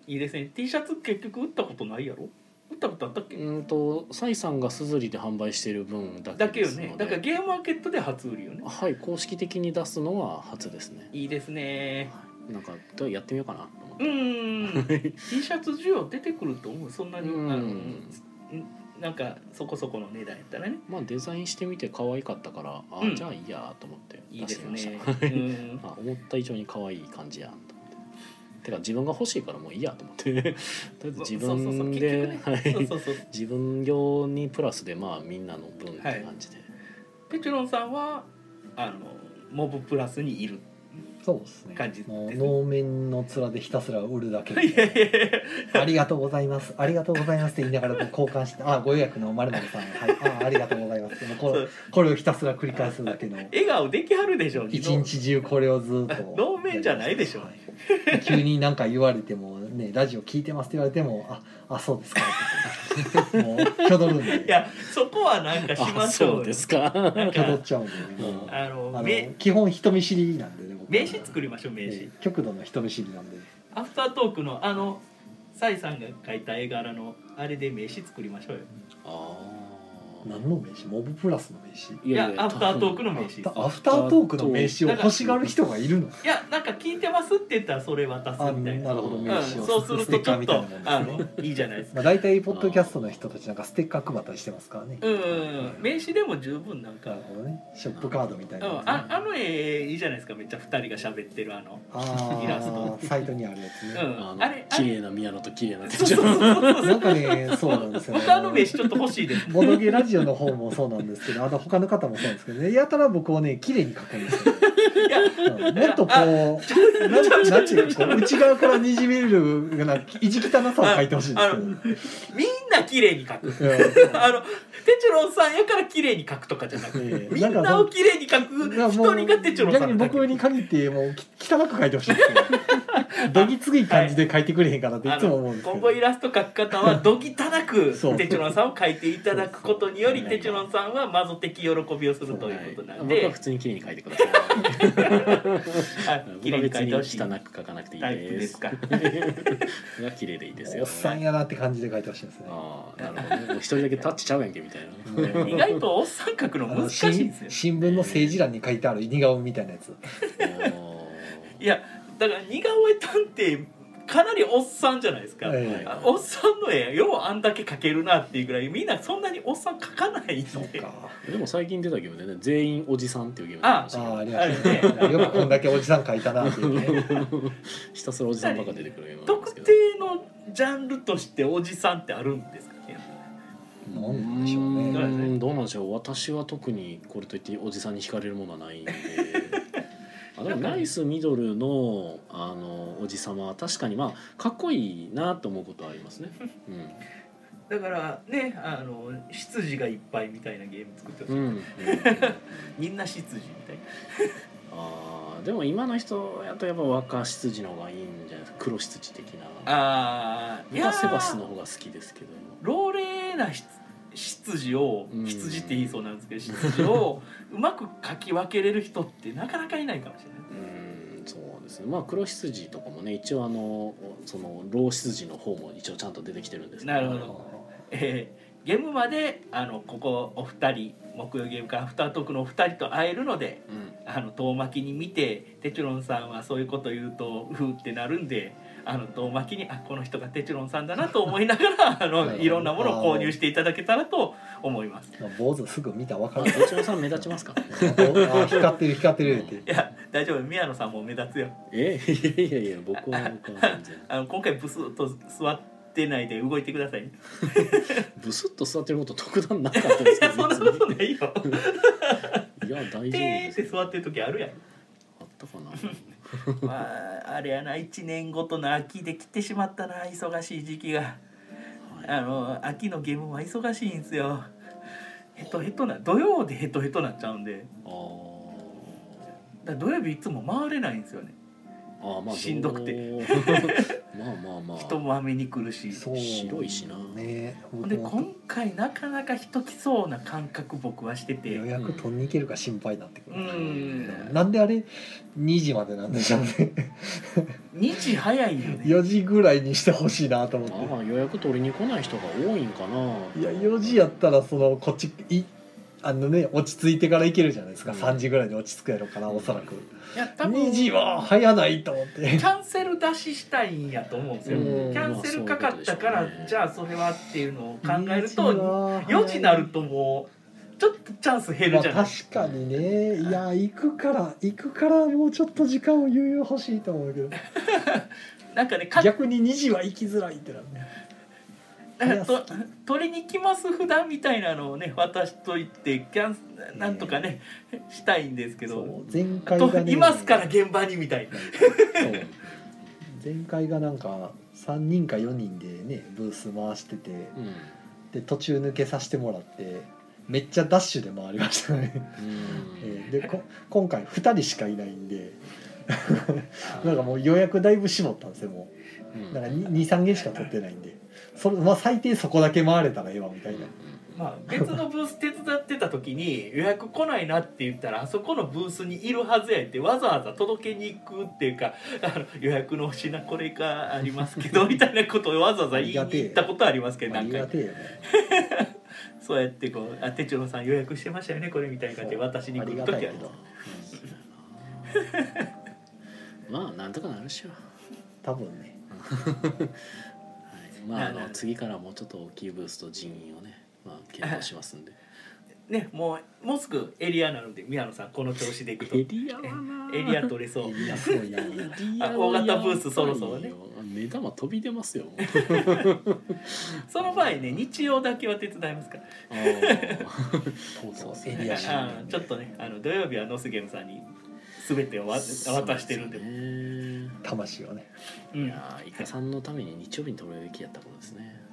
いいですね T シャツ結局売ったことないやろ売ったことあったっけ、うんとサイさんがすずりで販売してる分だだけけよですのねでだからゲームマーケットで初売りよねはい公式的に出すのは初ですねいいですねなんかとやってみようかなと思っうて、ーん T シャツ需要出てくると思うそんなにあのうんなんかそこそこの値段やったらねまあデザインしてみて可愛かったからあ、うんじゃあいいやと思っていい出でしてすみましたねうんあ思った以上に可愛い感じやんと思っててか自分が欲しいからもういいやと 思ってとりあえず自そうそうそう分結で、局はねそういそうそう自分用にプラスでまあみんなの分って感じで、ペチュロンさんはあのモブプラスにいるそうですね感じですもう能面の面でひたすら売るだけいやいやいやありがとうございます。ありがとうございますって言いながらこう交換して、あ、ご予約のまるまるさん、はい、あ、ありがとうございますって。もうこそうれ、これをひたすら繰り返すだけの。笑顔できはるでしょ一日中これをずっと。能面じゃないでしょはい。急になんか言われても、ね、ラジオ聞いてますって言われても、あ、あ、そうですかって。もう、きょどるんいで。やそこはなんかしまあしょうそようです かなんきょどかっちゃうんで、ね。もうあのあのめ、基本人見知りなんでね、僕名刺作りましょう名刺ええ極度の人見知りなんで。アフタートークのあのサイさんが描いた絵柄のあれで名刺作りましょうよあー何の名刺モブプラスの名刺いいややいやアフタートークの名刺あアフタートークの名刺を欲しがる人がいるのいやなんか聞いてますって言ったらそれ渡すあみたいななるほどう名ん、刺を、そうするスとテッちカーょっみたいとなもんですあねのいいじゃないですかまあ、大体ポッドキャストの人たちなんかステッカー配ったりしてますからね、うんうん名刺でも十分なんかなるほどねショップカードみたういんなやつね、ああの絵いいじゃないですかめっちゃ2人が喋ってるあのあーイラストサイトにあるやつうね、あんあれのあ綺れ麗な宮野と綺麗なそ手うそう帳そうそうなんかねそうなんですよ、ね、僕あの名刺ちょっと欲し いですボドゲラジオの方もそうなんですけどあと他の方もそうなんですけどねやたら僕をね綺麗に書くんですようん もっとこうなんなんていうかこう内側からにじみ出るような意地汚さを書いてほしいんですあけのどみんな綺麗に描く うんあの哲郎さんやから綺麗に描くとかじゃなくてええみなんんかなを綺麗に描くいやも一人が哲郎さ逆にんだけ僕に限ってもうき汚く書いてほしいんです けどどぎつい感じで書いてくれへんかなっていあつもの思うんですけ今ど後イラスト描き方はどぎたなくそう哲郎さんを描いていただくことによりそう哲郎さんはマゾ的喜びをするということなん僕では普通に綺麗に書いてください。はい 綺麗に描いてほしい僕は別に汚く書かなくていいタイプで。ですすかが綺 麗でいいですおよ。っさんやなって感じで書いてほしいですねああ、なるほどね。もう一人だけタッチちゃうやんけみたいなね。意外とおっさん描くのあ難のしいん新ですよ新聞の政治欄に書いてある似顔絵みたいなやついやだから似顔絵探偵かなりおっさんじゃないですか、えあおっさんの絵ようあんだけ描けるなっていうぐらいみんなそんなにおっさん描かないんでそうかおーでも最近出たゲームでね、全員おじさんっていうゲームあしたけーどありましたねよくこんだけおじさん書いたなっていうねひたすらおじさんばっか出てくるゲームなんで特すけど定。のジャンルとしておじさんってあるんですかねなんでしょううねーんどうなんでしょう私は特にこれといっておじさんに惹かれるものはない んであでもナイスミドルのあのおじさまは確かにまあかっこいいなと思うことはあります ね、だからねあの執事がいっぱいみたいなゲーム作ってほしういん、うんうんうんみんな執事みたいあーでも今の人やとやっぱ若羊の方がいいんじゃないですか黒羊的ななあーい僕やはーセバスの方が好きですけど老齢な執執事をうん羊って言いそうなんですけど執事をうまく描き分けれる人ってなかなかいないかもしれないうーんそうですねまあ黒羊とかもね一応あのその老羊の方も一応ちゃんと出てきてるんですけどなるほどえーゲームまであのここお二人木曜ゲームからアフタートークのお二人と会えるのでうんあの遠巻きに見てテチロンさんはそういうこと言うとうふってなるんであの遠巻きにあこの人がテチロンさんだなと思いながら あなるのほどいろんなものを購入していただけたらと思います。まあ坊主すぐ見たら分かまあるどちらさん目立ちますからね あ光ってる光ってるっていや大丈夫宮野さんも目立つよえいやいやいや僕は僕は全然 あの今回ブスッと座ってないで動いてくださいねブスッと座ってること特段なかったですいけやど そんなことないよいや大丈夫てーでっすて座ってる時あるやん あったかなまああれやな1年ごとの秋で来てしまったな忙しい時期があの秋のゲームは忙しいんですよヘトヘトな土曜でヘトヘトなっちゃうんであだから土曜日いつも回れないんですよねーあーまあしんどくてどう まあまあまあ人も雨に来るしそう白いしなねほ僕んでも今回なかなか人来そうな感覚僕はしてて予約取りに行けるか心配になってくうる、んなんであれ2時までなんでしょうね2時早いよね4時ぐらいにしてほしいなと思まっあ予約取りに来ない人が多いん かなていや4時やったらそのこっちいあのね落ち着いてから行けるじゃないですか、うん3時ぐらいに落ち着くやろうかなおそらくいや多分2キ時は早ないと思ってャンセル出ししたいんやと思うんですようんキャンセルかかったかまあそういうことでしょうらねじゃあそれはっていうのを考える2時とは早い4時になるともうちょっとチャンス減るじゃまなあい確かにねいや行くから行くからもうちょっと時間を余裕欲しいと思うけどなんかねか逆に2時は行きづらいってなるねなんかと 取りに来ます普段みたいなのをね渡しといてキャンなんとかねしたいんですけそどう前「回とがねいますから現場に」みたいなそう前回がなんか3人か4人でねブース回しててうんで途中抜けさせてもらってめっちゃダッシュで回りましたね、 うんえーでこ今回2人しかいないんでなんかもう予約だいぶ絞ったんですよもうんうなんか23件しか取ってないんでそれ、まあ、最低そこだけ回れたらええわみたいなまあ別のブース手伝ってた時に 予約来ないなって言ったらあそこのブースにいるはずやってわざわざ届けに行くっていうかあの予約の品これがあります けどみたいなことをわざわざ言いに行ったことありますけどあ何りが回てえよねそうやってこう「あ手帳さん予約してましたよねこれ」みたいな感じで私にあ来りるが時たはいけどまあなんとかなるっしょ多分ねはいまああなるほのど次からもうちょっと大きいブースと人員をねまあ検討します んでねもうもうすぐエリアなので宮野さんこの調子で いくとエエリアはなリア取れそういやすごいなあ大型ブースそろそろね目玉飛び出ます よその場合ね日曜だけは手伝いますからあーとうとうそうエいリアやしあーちょっとねあの土曜日はノスゲームさんに全てをわ渡してるんでそうですね魂をねうんいやーイカさんのために日曜日に取るべきやったことですね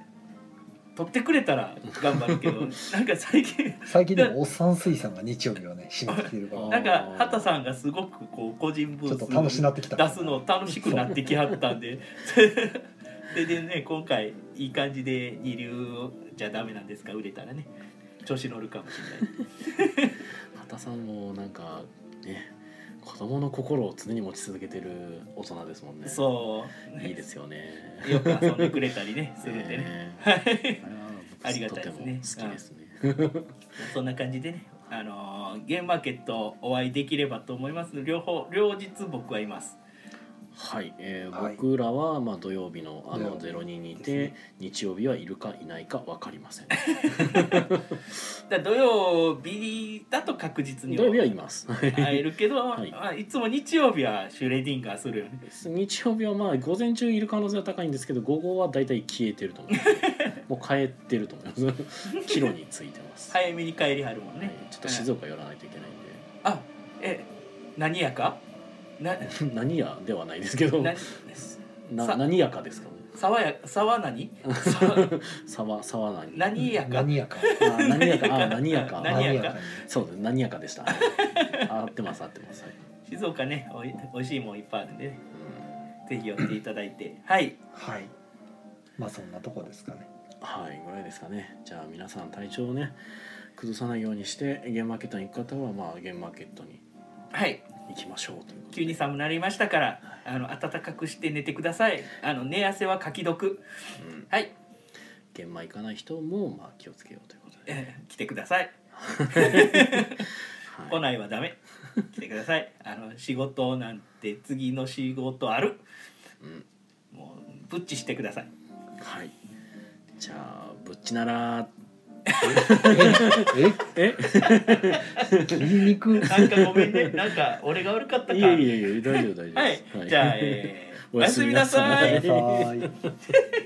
取ってくれたら頑張るけど なんか最近最近でもおっさん水産が日曜日はね締めてきてるからあーなんか畑さんがすごくこう個人ブちょっーとス楽しなってきた出すの楽しくなってきはったんで ででね今回いい感じで二流じゃダメなんですか売れたらね調子乗るかもしれない畑さんもなんかね子供の心を常に持ち続けてる大人ですもんねそういいですよねうよく遊んでくれたりねするんでねねはいあれは僕ありがたいですねとても好きですねそんな感じでねあのーゲームマーケットお会いできればと思います両方両日僕はいますはい、えーはい僕らはまあ土曜日のあの土ゼ曜ロにいでて、すね日曜日はいるかいないかわかりません。だから土曜日だと確実に土曜日はいます。会えるけど、はいまあ、いつも日曜日はシュレディンガーするよね日曜日はまあ午前中いる可能性は高いんですけど午後はだいたい消えてると思いますもう帰ってると思います帰路についてます、早めに帰りはるもんはいね、ちょっと静岡寄らないといけないんあえ何やかなで何やではないですけどななさ何やかですかね沢や沢何沢沢沢何何やか 何やかあ何やかあ何やか何やかにそうです何やかでした合ってます合ってます、はい静岡ねおいおいしいもんいっぱいあるんでねうんぜひ寄っていただいてはいはいまあそんなとこですかねはいぐらいですかねじゃあ皆さん体調をね崩さないようにしてゲームマーケットに行く方はまあゲームマーケットにはい行きましょうということで急に寒くなりましたからあの暖かくして寝てくださいあの寝汗はかき毒うんはい、現場行かない人もまあ気をつけようということで、えー来てくださいはい来ないはダメ来てくださいあの仕事なんて次の仕事あるうんもうブッチしてくださいはい、じゃあぶっちならえええ切り肉なんかごめんねなんか俺が悪かったかいやいやいや大丈夫大丈夫はい、じゃあ、えー、おやすみなさおやすみなさいい。ください